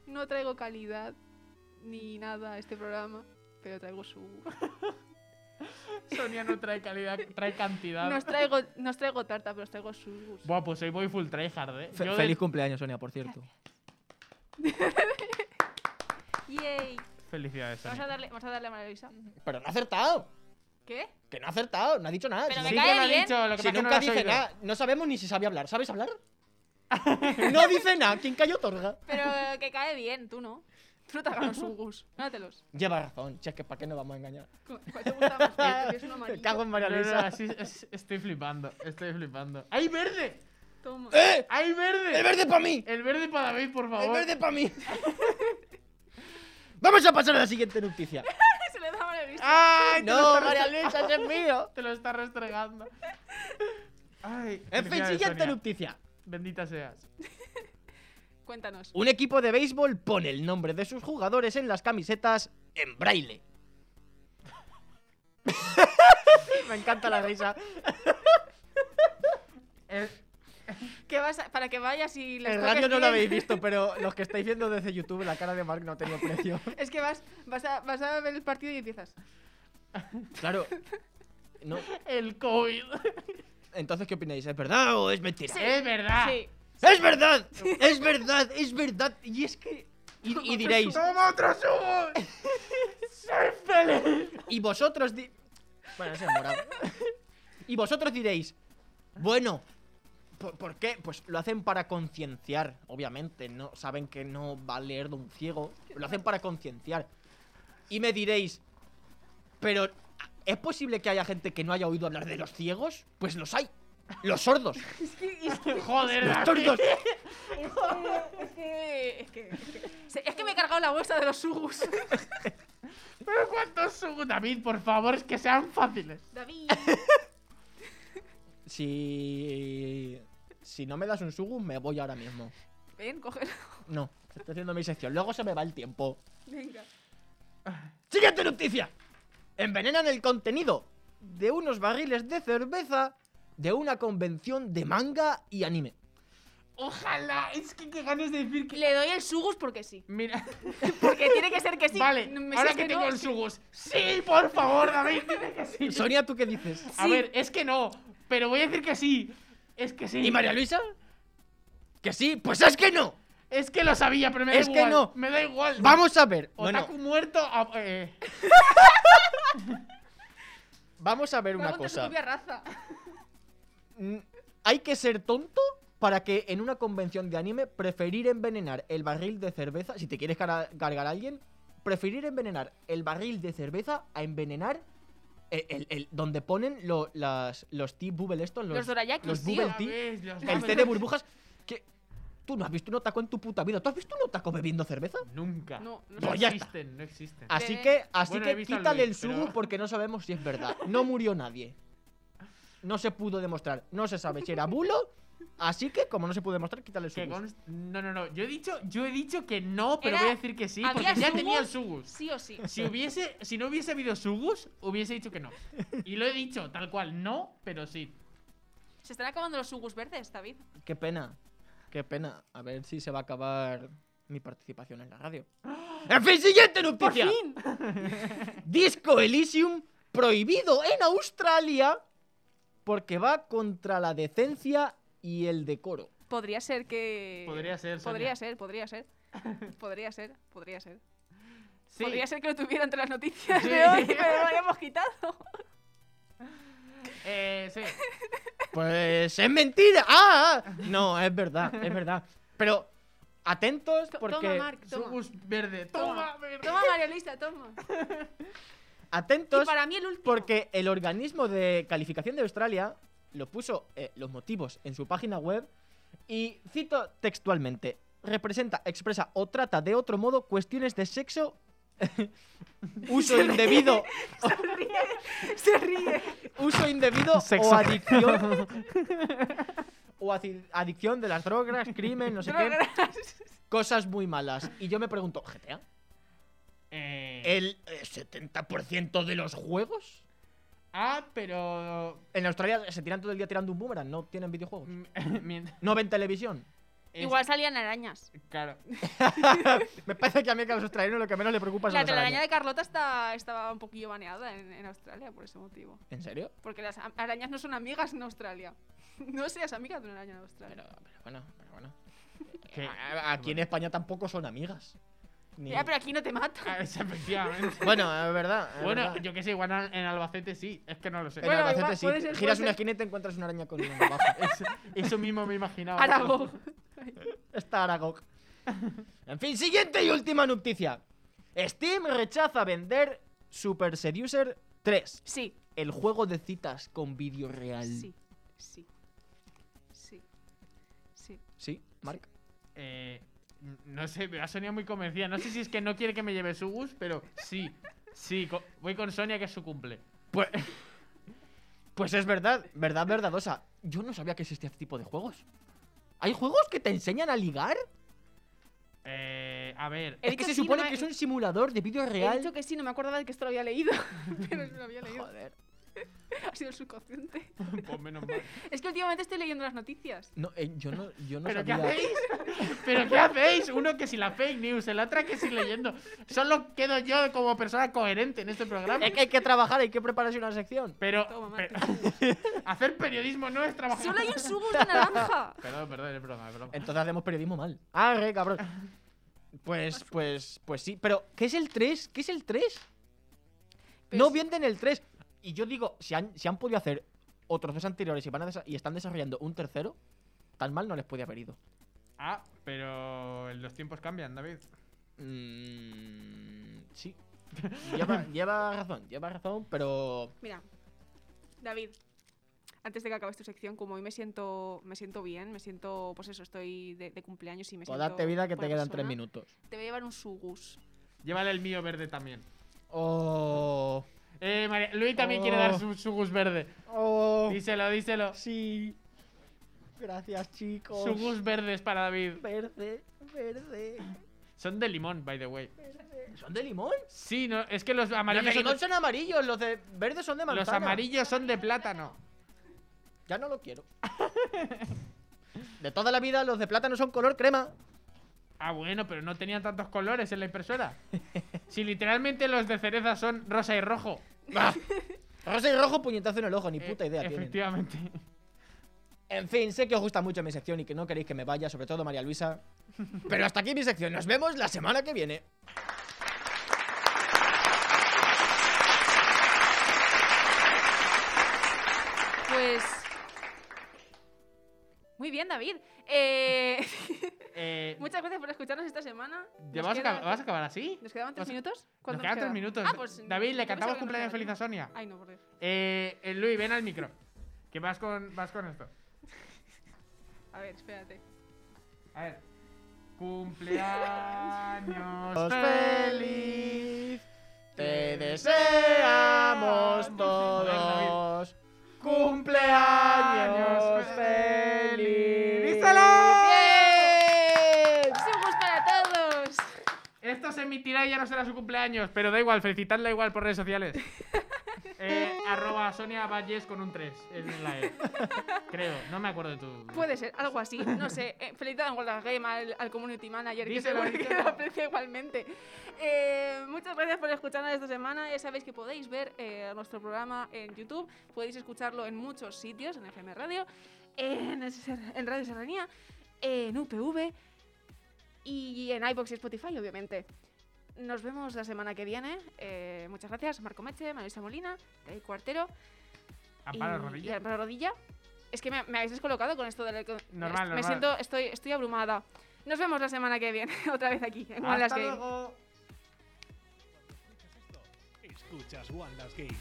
[SPEAKER 2] no traigo calidad ni nada a este programa, pero traigo su.
[SPEAKER 3] Sonia no trae calidad, trae cantidad.
[SPEAKER 2] Nos traigo, nos traigo tarta, pero os traigo su.
[SPEAKER 3] Ah. Buah, pues hoy voy full tryhard, eh.
[SPEAKER 7] Fe-
[SPEAKER 3] Yo de-
[SPEAKER 7] feliz cumpleaños, Sonia, por cierto.
[SPEAKER 2] ¡Yay!
[SPEAKER 3] Felicidades,
[SPEAKER 2] Vamos a
[SPEAKER 3] Sonia.
[SPEAKER 2] darle, vamos a darle a María Luisa.
[SPEAKER 7] Pero no ha acertado.
[SPEAKER 2] ¿Qué?
[SPEAKER 7] Que no ha acertado, no ha dicho nada.
[SPEAKER 2] Pero
[SPEAKER 7] Si
[SPEAKER 2] me
[SPEAKER 3] sí
[SPEAKER 2] cae
[SPEAKER 3] que lo ha
[SPEAKER 2] bien.
[SPEAKER 3] dicho, lo que
[SPEAKER 7] Si
[SPEAKER 3] pasa es que no lo
[SPEAKER 7] nunca
[SPEAKER 3] has
[SPEAKER 7] dice
[SPEAKER 3] oído.
[SPEAKER 7] nada, no sabemos ni si sabe hablar. ¿Sabes hablar? no dice nada. ¿Quién cayó otorga?
[SPEAKER 2] Pero que cae bien, tú no. Disfruta con los sugus. Gánatelos.
[SPEAKER 7] Lleva razón. Si es que ¿para qué nos vamos a engañar?
[SPEAKER 2] ¿Cu- ¿Cuál te gusta más? Te pides uno
[SPEAKER 7] Me
[SPEAKER 2] amarillo.
[SPEAKER 7] cago en María
[SPEAKER 3] No, no, no,
[SPEAKER 7] Luisa.
[SPEAKER 3] así es- estoy flipando, estoy flipando. ¡Hay verde!
[SPEAKER 2] Toma.
[SPEAKER 3] ¡Hay verde!
[SPEAKER 7] ¡Eh! ¡El verde para mí!
[SPEAKER 3] El verde para David, por favor.
[SPEAKER 7] ¡El verde para mí! Vamos a pasar a la siguiente noticia.
[SPEAKER 2] Se le da a María Luisa.
[SPEAKER 3] ¡Ay! te lo
[SPEAKER 7] No,
[SPEAKER 3] está
[SPEAKER 7] María
[SPEAKER 3] restre-
[SPEAKER 7] Luisa, ese es mío.
[SPEAKER 3] Te lo está restregando. Ay,
[SPEAKER 7] En fin,
[SPEAKER 3] felicidades,
[SPEAKER 7] siguiente
[SPEAKER 3] Sonia.
[SPEAKER 7] noticia.
[SPEAKER 3] Bendita seas.
[SPEAKER 2] Cuéntanos.
[SPEAKER 7] Un equipo de béisbol pone el nombre de sus jugadores en las camisetas en braille. Me encanta la risa.
[SPEAKER 2] ¿Qué vas a- para que vayas y las
[SPEAKER 7] En
[SPEAKER 2] toques
[SPEAKER 7] radio no lo
[SPEAKER 2] bien.
[SPEAKER 7] habéis visto, pero los que estáis viendo desde YouTube, la cara de Mark no ha tenido precio.
[SPEAKER 2] Es que vas, vas, a, vas a ver el partido y empiezas.
[SPEAKER 7] Claro. No.
[SPEAKER 3] El COVID.
[SPEAKER 7] Entonces, ¿qué opináis? ¿Es verdad o es mentira?
[SPEAKER 2] Sí.
[SPEAKER 3] Es verdad.
[SPEAKER 2] Sí.
[SPEAKER 7] ¡Es verdad! ¡Es verdad! ¡Es verdad! Y es que. Y, y diréis.
[SPEAKER 3] ¡Toma otro subo! ¡Soy feliz!
[SPEAKER 7] Y vosotros. di- Bueno, ese es morado. Y vosotros diréis. Bueno. ¿por, por qué? Pues lo hacen para concienciar, obviamente. No, saben que no va a leer de un ciego. Lo hacen para concienciar. Y me diréis. Pero. ¿Es posible que haya gente que no haya oído hablar de los ciegos? Pues los hay. Los sordos.
[SPEAKER 2] Es que, es que,
[SPEAKER 3] Joder,
[SPEAKER 7] Los
[SPEAKER 3] David.
[SPEAKER 7] sordos.
[SPEAKER 2] es que, Eh, es que, es que, es que me he cargado la bolsa de los sugus.
[SPEAKER 3] Pero cuántos subo, David, por favor, es que sean fáciles.
[SPEAKER 2] David.
[SPEAKER 7] Si. Si no me das un sugu, me voy ahora mismo.
[SPEAKER 2] Ven, cógelo.
[SPEAKER 7] No, estoy haciendo mi sección. Luego se me va el tiempo.
[SPEAKER 2] Venga.
[SPEAKER 7] ¡Siguiente noticia! Envenenan el contenido de unos barriles de cerveza de una convención de manga y anime.
[SPEAKER 3] Ojalá, es que qué ganas de decir que.
[SPEAKER 2] Le doy el sugus porque sí.
[SPEAKER 3] Mira,
[SPEAKER 2] Porque tiene que ser que sí.
[SPEAKER 3] vale,
[SPEAKER 2] No me
[SPEAKER 3] ahora
[SPEAKER 2] sé
[SPEAKER 3] que tengo
[SPEAKER 2] no.
[SPEAKER 3] el sugus. ¡Sí, por favor, David! Dime que sí.
[SPEAKER 7] Sonia, ¿tú qué dices?
[SPEAKER 3] A ver, es que no, pero voy a decir que sí. Es que sí.
[SPEAKER 7] ¿Y María Luisa? ¿Que sí? ¡Pues es que no!
[SPEAKER 3] Es que lo sabía, pero me da
[SPEAKER 7] Es que
[SPEAKER 3] igual.
[SPEAKER 7] no.
[SPEAKER 3] Me da igual.
[SPEAKER 7] Vamos a ver. Bueno,
[SPEAKER 3] Otaku muerto. a- eh,
[SPEAKER 7] vamos a ver
[SPEAKER 2] Va
[SPEAKER 7] una
[SPEAKER 2] contra su
[SPEAKER 7] cosa.
[SPEAKER 2] propia raza.
[SPEAKER 7] Mm, Hay que ser tonto para que en una convención de anime preferir envenenar el barril de cerveza, si te quieres cara- cargar a alguien, preferir envenenar el barril de cerveza a envenenar el, el- el- donde ponen lo- las, los tea bubble estos, los,
[SPEAKER 2] Los dorayakis,
[SPEAKER 7] los
[SPEAKER 2] tío.
[SPEAKER 7] bubble
[SPEAKER 3] ya
[SPEAKER 7] tea,
[SPEAKER 3] ves, los
[SPEAKER 7] el
[SPEAKER 3] mames.
[SPEAKER 7] té de burbujas, que tú no has visto un otaco en tu puta vida, ¿tú has visto un otaco bebiendo cerveza?
[SPEAKER 3] Nunca.
[SPEAKER 2] No, no
[SPEAKER 7] Pues ya está.
[SPEAKER 3] existen, no Ah, existen.
[SPEAKER 7] Así
[SPEAKER 2] Bebé.
[SPEAKER 7] que, así
[SPEAKER 3] Bueno, he
[SPEAKER 7] que
[SPEAKER 3] visto al
[SPEAKER 7] quítale el
[SPEAKER 3] Luis,
[SPEAKER 7] sugu
[SPEAKER 3] pero-
[SPEAKER 7] porque no sabemos si es verdad. No murió nadie. No se pudo demostrar. No se sabe si era bulo. Así que, como no se pudo demostrar, quítale el
[SPEAKER 3] Que
[SPEAKER 7] sugu.
[SPEAKER 3] const- No, no, no. Yo he dicho, yo he dicho que no, pero
[SPEAKER 2] Era-
[SPEAKER 3] voy a decir que sí, porque
[SPEAKER 2] había
[SPEAKER 3] ya
[SPEAKER 2] sugus.
[SPEAKER 3] tenía el sugus.
[SPEAKER 2] Sí o sí.
[SPEAKER 3] Si hubiese, si no hubiese habido sugus, hubiese dicho que no. Y lo he dicho, tal cual, no, pero sí.
[SPEAKER 2] Se están acabando los sugus verdes, David.
[SPEAKER 7] Qué pena. Qué pena. A ver si se va a acabar mi participación en la radio.
[SPEAKER 3] ¡Ah!
[SPEAKER 7] ¡En fin, siguiente noticia! Disco Elysium prohibido en Australia porque va contra la decencia y el decoro.
[SPEAKER 2] Podría ser que.
[SPEAKER 3] Podría ser, Sonia.
[SPEAKER 2] Podría ser, podría ser. Podría ser, podría ser.
[SPEAKER 3] Sí.
[SPEAKER 2] Podría ser que lo tuviera entre las noticias
[SPEAKER 3] Sí.
[SPEAKER 2] de hoy, pero lo habíamos quitado.
[SPEAKER 3] Eh, sí.
[SPEAKER 7] Pues es mentira. Ah, ah. no, es verdad, es verdad. Pero atentos
[SPEAKER 2] To-
[SPEAKER 7] porque
[SPEAKER 2] Toma, Marc, toma.
[SPEAKER 3] Sugus verde. Toma,
[SPEAKER 2] Toma.
[SPEAKER 3] verde.
[SPEAKER 2] Toma, María Luisa, toma. Y
[SPEAKER 7] atentos
[SPEAKER 2] para mí el último.
[SPEAKER 7] porque el organismo de calificación de Australia lo puso eh, los motivos en su página web y cito textualmente representa, expresa o trata de otro modo cuestiones de sexo, uso indebido,
[SPEAKER 2] Se ríe.
[SPEAKER 7] uso indebido o
[SPEAKER 3] Sexo.
[SPEAKER 7] adicción o adi- adicción de las drogas, crimen, no sé qué.
[SPEAKER 2] Drogas.
[SPEAKER 7] cosas muy malas. Y yo me pregunto, ¿GTA?
[SPEAKER 3] Eh,
[SPEAKER 7] ¿El eh, 70% de los juegos?
[SPEAKER 3] Ah, pero.
[SPEAKER 7] En Australia se tiran todo el día tirando un boomerang, no tienen videojuegos.
[SPEAKER 3] mm, mien-
[SPEAKER 7] No ven televisión.
[SPEAKER 3] es-
[SPEAKER 2] Igual salían arañas.
[SPEAKER 3] Claro.
[SPEAKER 7] Me parece que a mí que a los australianos lo que menos le preocupa es
[SPEAKER 2] La
[SPEAKER 7] las arañas.
[SPEAKER 2] telaraña de Carlota está, estaba un poquillo baneada en, en Australia por ese motivo.
[SPEAKER 7] ¿En serio?
[SPEAKER 2] Porque las a- arañas no son amigas en Australia. No seas amiga de una araña en Australia.
[SPEAKER 7] Pero, pero bueno, pero bueno.
[SPEAKER 3] Que-
[SPEAKER 7] A- Aquí en España tampoco son amigas. Ni-
[SPEAKER 2] Ya, pero aquí no te
[SPEAKER 3] Ah,
[SPEAKER 2] matan.
[SPEAKER 3] es Efectivamente.
[SPEAKER 7] Bueno, es verdad. Ah, es
[SPEAKER 3] Bueno,
[SPEAKER 7] verdad.
[SPEAKER 3] yo qué sé, igual en en Albacete sí, es que no lo sé.
[SPEAKER 7] En
[SPEAKER 2] Bueno,
[SPEAKER 7] Albacete
[SPEAKER 2] igual
[SPEAKER 7] sí,
[SPEAKER 2] puede ser,
[SPEAKER 7] giras
[SPEAKER 2] puede ser.
[SPEAKER 7] una esquina y te encuentras una araña con una navaja.
[SPEAKER 3] Eso, eso mismo me imaginaba.
[SPEAKER 2] Aragón.
[SPEAKER 7] Está Aragog. En fin, siguiente y última noticia. Steam rechaza vender Super Seducer 3,
[SPEAKER 2] Sí,
[SPEAKER 7] el juego de citas con vídeo real.
[SPEAKER 2] sí, sí. Sí. Sí.
[SPEAKER 7] ¿Sí, Mark?
[SPEAKER 3] Eh, no sé, me ha sonido muy convencida. No sé si es que no quiere que me lleve su bus, pero sí. Sí, co- voy con Sonia que es su cumple.
[SPEAKER 7] Pues, pues es verdad, verdad verdadosa. Yo no sabía que existía este tipo de juegos. ¿Hay juegos que te enseñan a ligar?
[SPEAKER 3] Eh, a ver.
[SPEAKER 2] He
[SPEAKER 7] es que
[SPEAKER 2] dicho
[SPEAKER 7] se
[SPEAKER 2] sí,
[SPEAKER 7] supone
[SPEAKER 2] no me-
[SPEAKER 7] que es un simulador de vídeo
[SPEAKER 2] He
[SPEAKER 7] real.
[SPEAKER 2] dicho que sí, no me acordaba de que esto lo había leído. Pero no lo había leído.
[SPEAKER 7] Joder.
[SPEAKER 2] Ha sido el subconsciente.
[SPEAKER 3] Pues menos mal.
[SPEAKER 2] Es que últimamente estoy leyendo las noticias.
[SPEAKER 7] No, eh, yo no, yo no
[SPEAKER 3] ¿Pero qué
[SPEAKER 7] sabía.
[SPEAKER 3] hacéis? ¿Pero qué hacéis? Uno que si la fake news, el otro que si leyendo. Solo quedo yo como persona coherente en este programa.
[SPEAKER 7] Es que hay que trabajar, hay que prepararse una sección.
[SPEAKER 3] Pero,
[SPEAKER 2] Toma,
[SPEAKER 3] pero-
[SPEAKER 2] Martín.
[SPEAKER 3] hacer periodismo no es trabajar.
[SPEAKER 2] Solo hay un sugus de naranja.
[SPEAKER 3] Perdón, perdón, es broma, es broma.
[SPEAKER 7] Entonces hacemos periodismo mal. Ah, re, cabrón. Pues, pues, pues sí. Pero, ¿qué es el 3? ¿Qué es el 3?
[SPEAKER 2] Pero
[SPEAKER 7] no
[SPEAKER 2] sí.
[SPEAKER 7] venden el 3. Y yo digo, si han, si han podido hacer otros dos anteriores y, van a desa- y están desarrollando un tercero, tan mal no les puede haber ido.
[SPEAKER 3] Ah, pero los tiempos cambian, David.
[SPEAKER 7] Mm, sí. Lleva, lleva razón, lleva razón, pero.
[SPEAKER 2] Mira, David, antes de que acabes tu sección, como hoy me siento, me siento bien, me siento, pues eso, estoy de, de cumpleaños y me
[SPEAKER 7] Pues
[SPEAKER 2] siento.
[SPEAKER 7] date vida que te
[SPEAKER 2] buena
[SPEAKER 7] quedan tres
[SPEAKER 2] persona,
[SPEAKER 7] minutos.
[SPEAKER 2] Te voy a llevar un sugus.
[SPEAKER 3] Llévale el mío verde también.
[SPEAKER 7] Oh.
[SPEAKER 3] Eh, María, Luis también
[SPEAKER 7] Oh.
[SPEAKER 3] quiere dar su, su gus verde.
[SPEAKER 7] Oh.
[SPEAKER 3] Díselo, díselo.
[SPEAKER 7] Sí. Gracias, chicos.
[SPEAKER 3] Su gus verde es para David.
[SPEAKER 7] Verde, verde,
[SPEAKER 3] Son de limón, by the way.
[SPEAKER 7] verde. ¿Son de limón?
[SPEAKER 3] Sí, no, es que los
[SPEAKER 7] Los de
[SPEAKER 3] amarillos
[SPEAKER 7] limón
[SPEAKER 3] son
[SPEAKER 7] son amarillos, los de verde son de
[SPEAKER 3] de,
[SPEAKER 7] manzana.
[SPEAKER 3] los amarillos son de plátano.
[SPEAKER 7] Ya no lo quiero. De toda la vida, los de plátano son color crema.
[SPEAKER 3] Ah, bueno, pero no tenían tantos colores en la impresora. si literalmente los de cereza son rosa y rojo.
[SPEAKER 7] Rosa y rojo, puñetazo en el ojo, ni
[SPEAKER 3] Eh,
[SPEAKER 7] puta idea tienen.
[SPEAKER 3] Efectivamente.
[SPEAKER 7] En fin, sé que os gusta mucho mi sección y que no queréis que me vaya, sobre todo María Luisa. Pero hasta aquí mi sección, nos vemos la semana que viene.
[SPEAKER 2] Pues. Muy bien, David. Eh,
[SPEAKER 3] Eh,
[SPEAKER 2] muchas gracias por escucharnos esta semana.
[SPEAKER 3] ¿ya
[SPEAKER 2] Nos
[SPEAKER 3] vas, a
[SPEAKER 2] queda-
[SPEAKER 3] acab- vas a acabar así?
[SPEAKER 2] ¿Nos quedaban tres
[SPEAKER 3] vas a-
[SPEAKER 2] minutos?
[SPEAKER 3] Nos
[SPEAKER 2] ¿Cuánto
[SPEAKER 3] quedan tres
[SPEAKER 2] queda?
[SPEAKER 3] minutos.
[SPEAKER 2] Ah, pues,
[SPEAKER 3] David, le
[SPEAKER 2] yo pensaba que
[SPEAKER 3] cantamos
[SPEAKER 2] nos
[SPEAKER 3] cumpleaños
[SPEAKER 2] quedaba
[SPEAKER 3] feliz a Sonia.
[SPEAKER 2] tiempo. Ay, no, por Dios.
[SPEAKER 3] Eh, eh, Luis, ven al micro. Que vas con, vas con esto.
[SPEAKER 2] A ver, espérate.
[SPEAKER 3] A ver. Cumpleaños
[SPEAKER 7] Os
[SPEAKER 3] feliz.
[SPEAKER 7] feliz. Te deseamos todos. Cumpleaños feliz.
[SPEAKER 3] ¡Díselo!
[SPEAKER 7] ¡Bien!
[SPEAKER 2] ¡Sugus para todos!
[SPEAKER 3] Esto se emitirá y ya no será su cumpleaños, pero da igual, felicitadla igual por redes sociales. Eh, arroba Sonia Valles con un 3 en la E. Creo, no me acuerdo de tu.
[SPEAKER 2] Puede ser, algo así, no sé. Eh, felicidades a World Game, al, al community manager, que
[SPEAKER 3] Díselo,
[SPEAKER 2] seguro que
[SPEAKER 3] díselo.
[SPEAKER 2] lo aprecia igualmente. Eh, muchas gracias por escucharnos esta semana. Ya sabéis que podéis ver eh, nuestro programa en YouTube, podéis escucharlo en muchos sitios, en FM Radio, en, el Ser- en Radio Serranía, en UPV y en iBox y Spotify, obviamente. Nos vemos la semana que viene. Eh, muchas gracias, Marco Meche, Manuel Molina, David Cuartero
[SPEAKER 3] Amparo
[SPEAKER 2] y- y
[SPEAKER 3] Rodríguez.
[SPEAKER 2] Amparo Rodilla. Es que me, me habéis descolocado con esto de la- con-
[SPEAKER 3] Normal,
[SPEAKER 2] Me
[SPEAKER 3] normal.
[SPEAKER 2] siento, estoy, estoy abrumada. Nos vemos la semana que viene, otra vez aquí, en One Last
[SPEAKER 3] Hasta
[SPEAKER 2] Game.
[SPEAKER 3] luego.
[SPEAKER 1] Escuchas esto, escuchas One Last Game.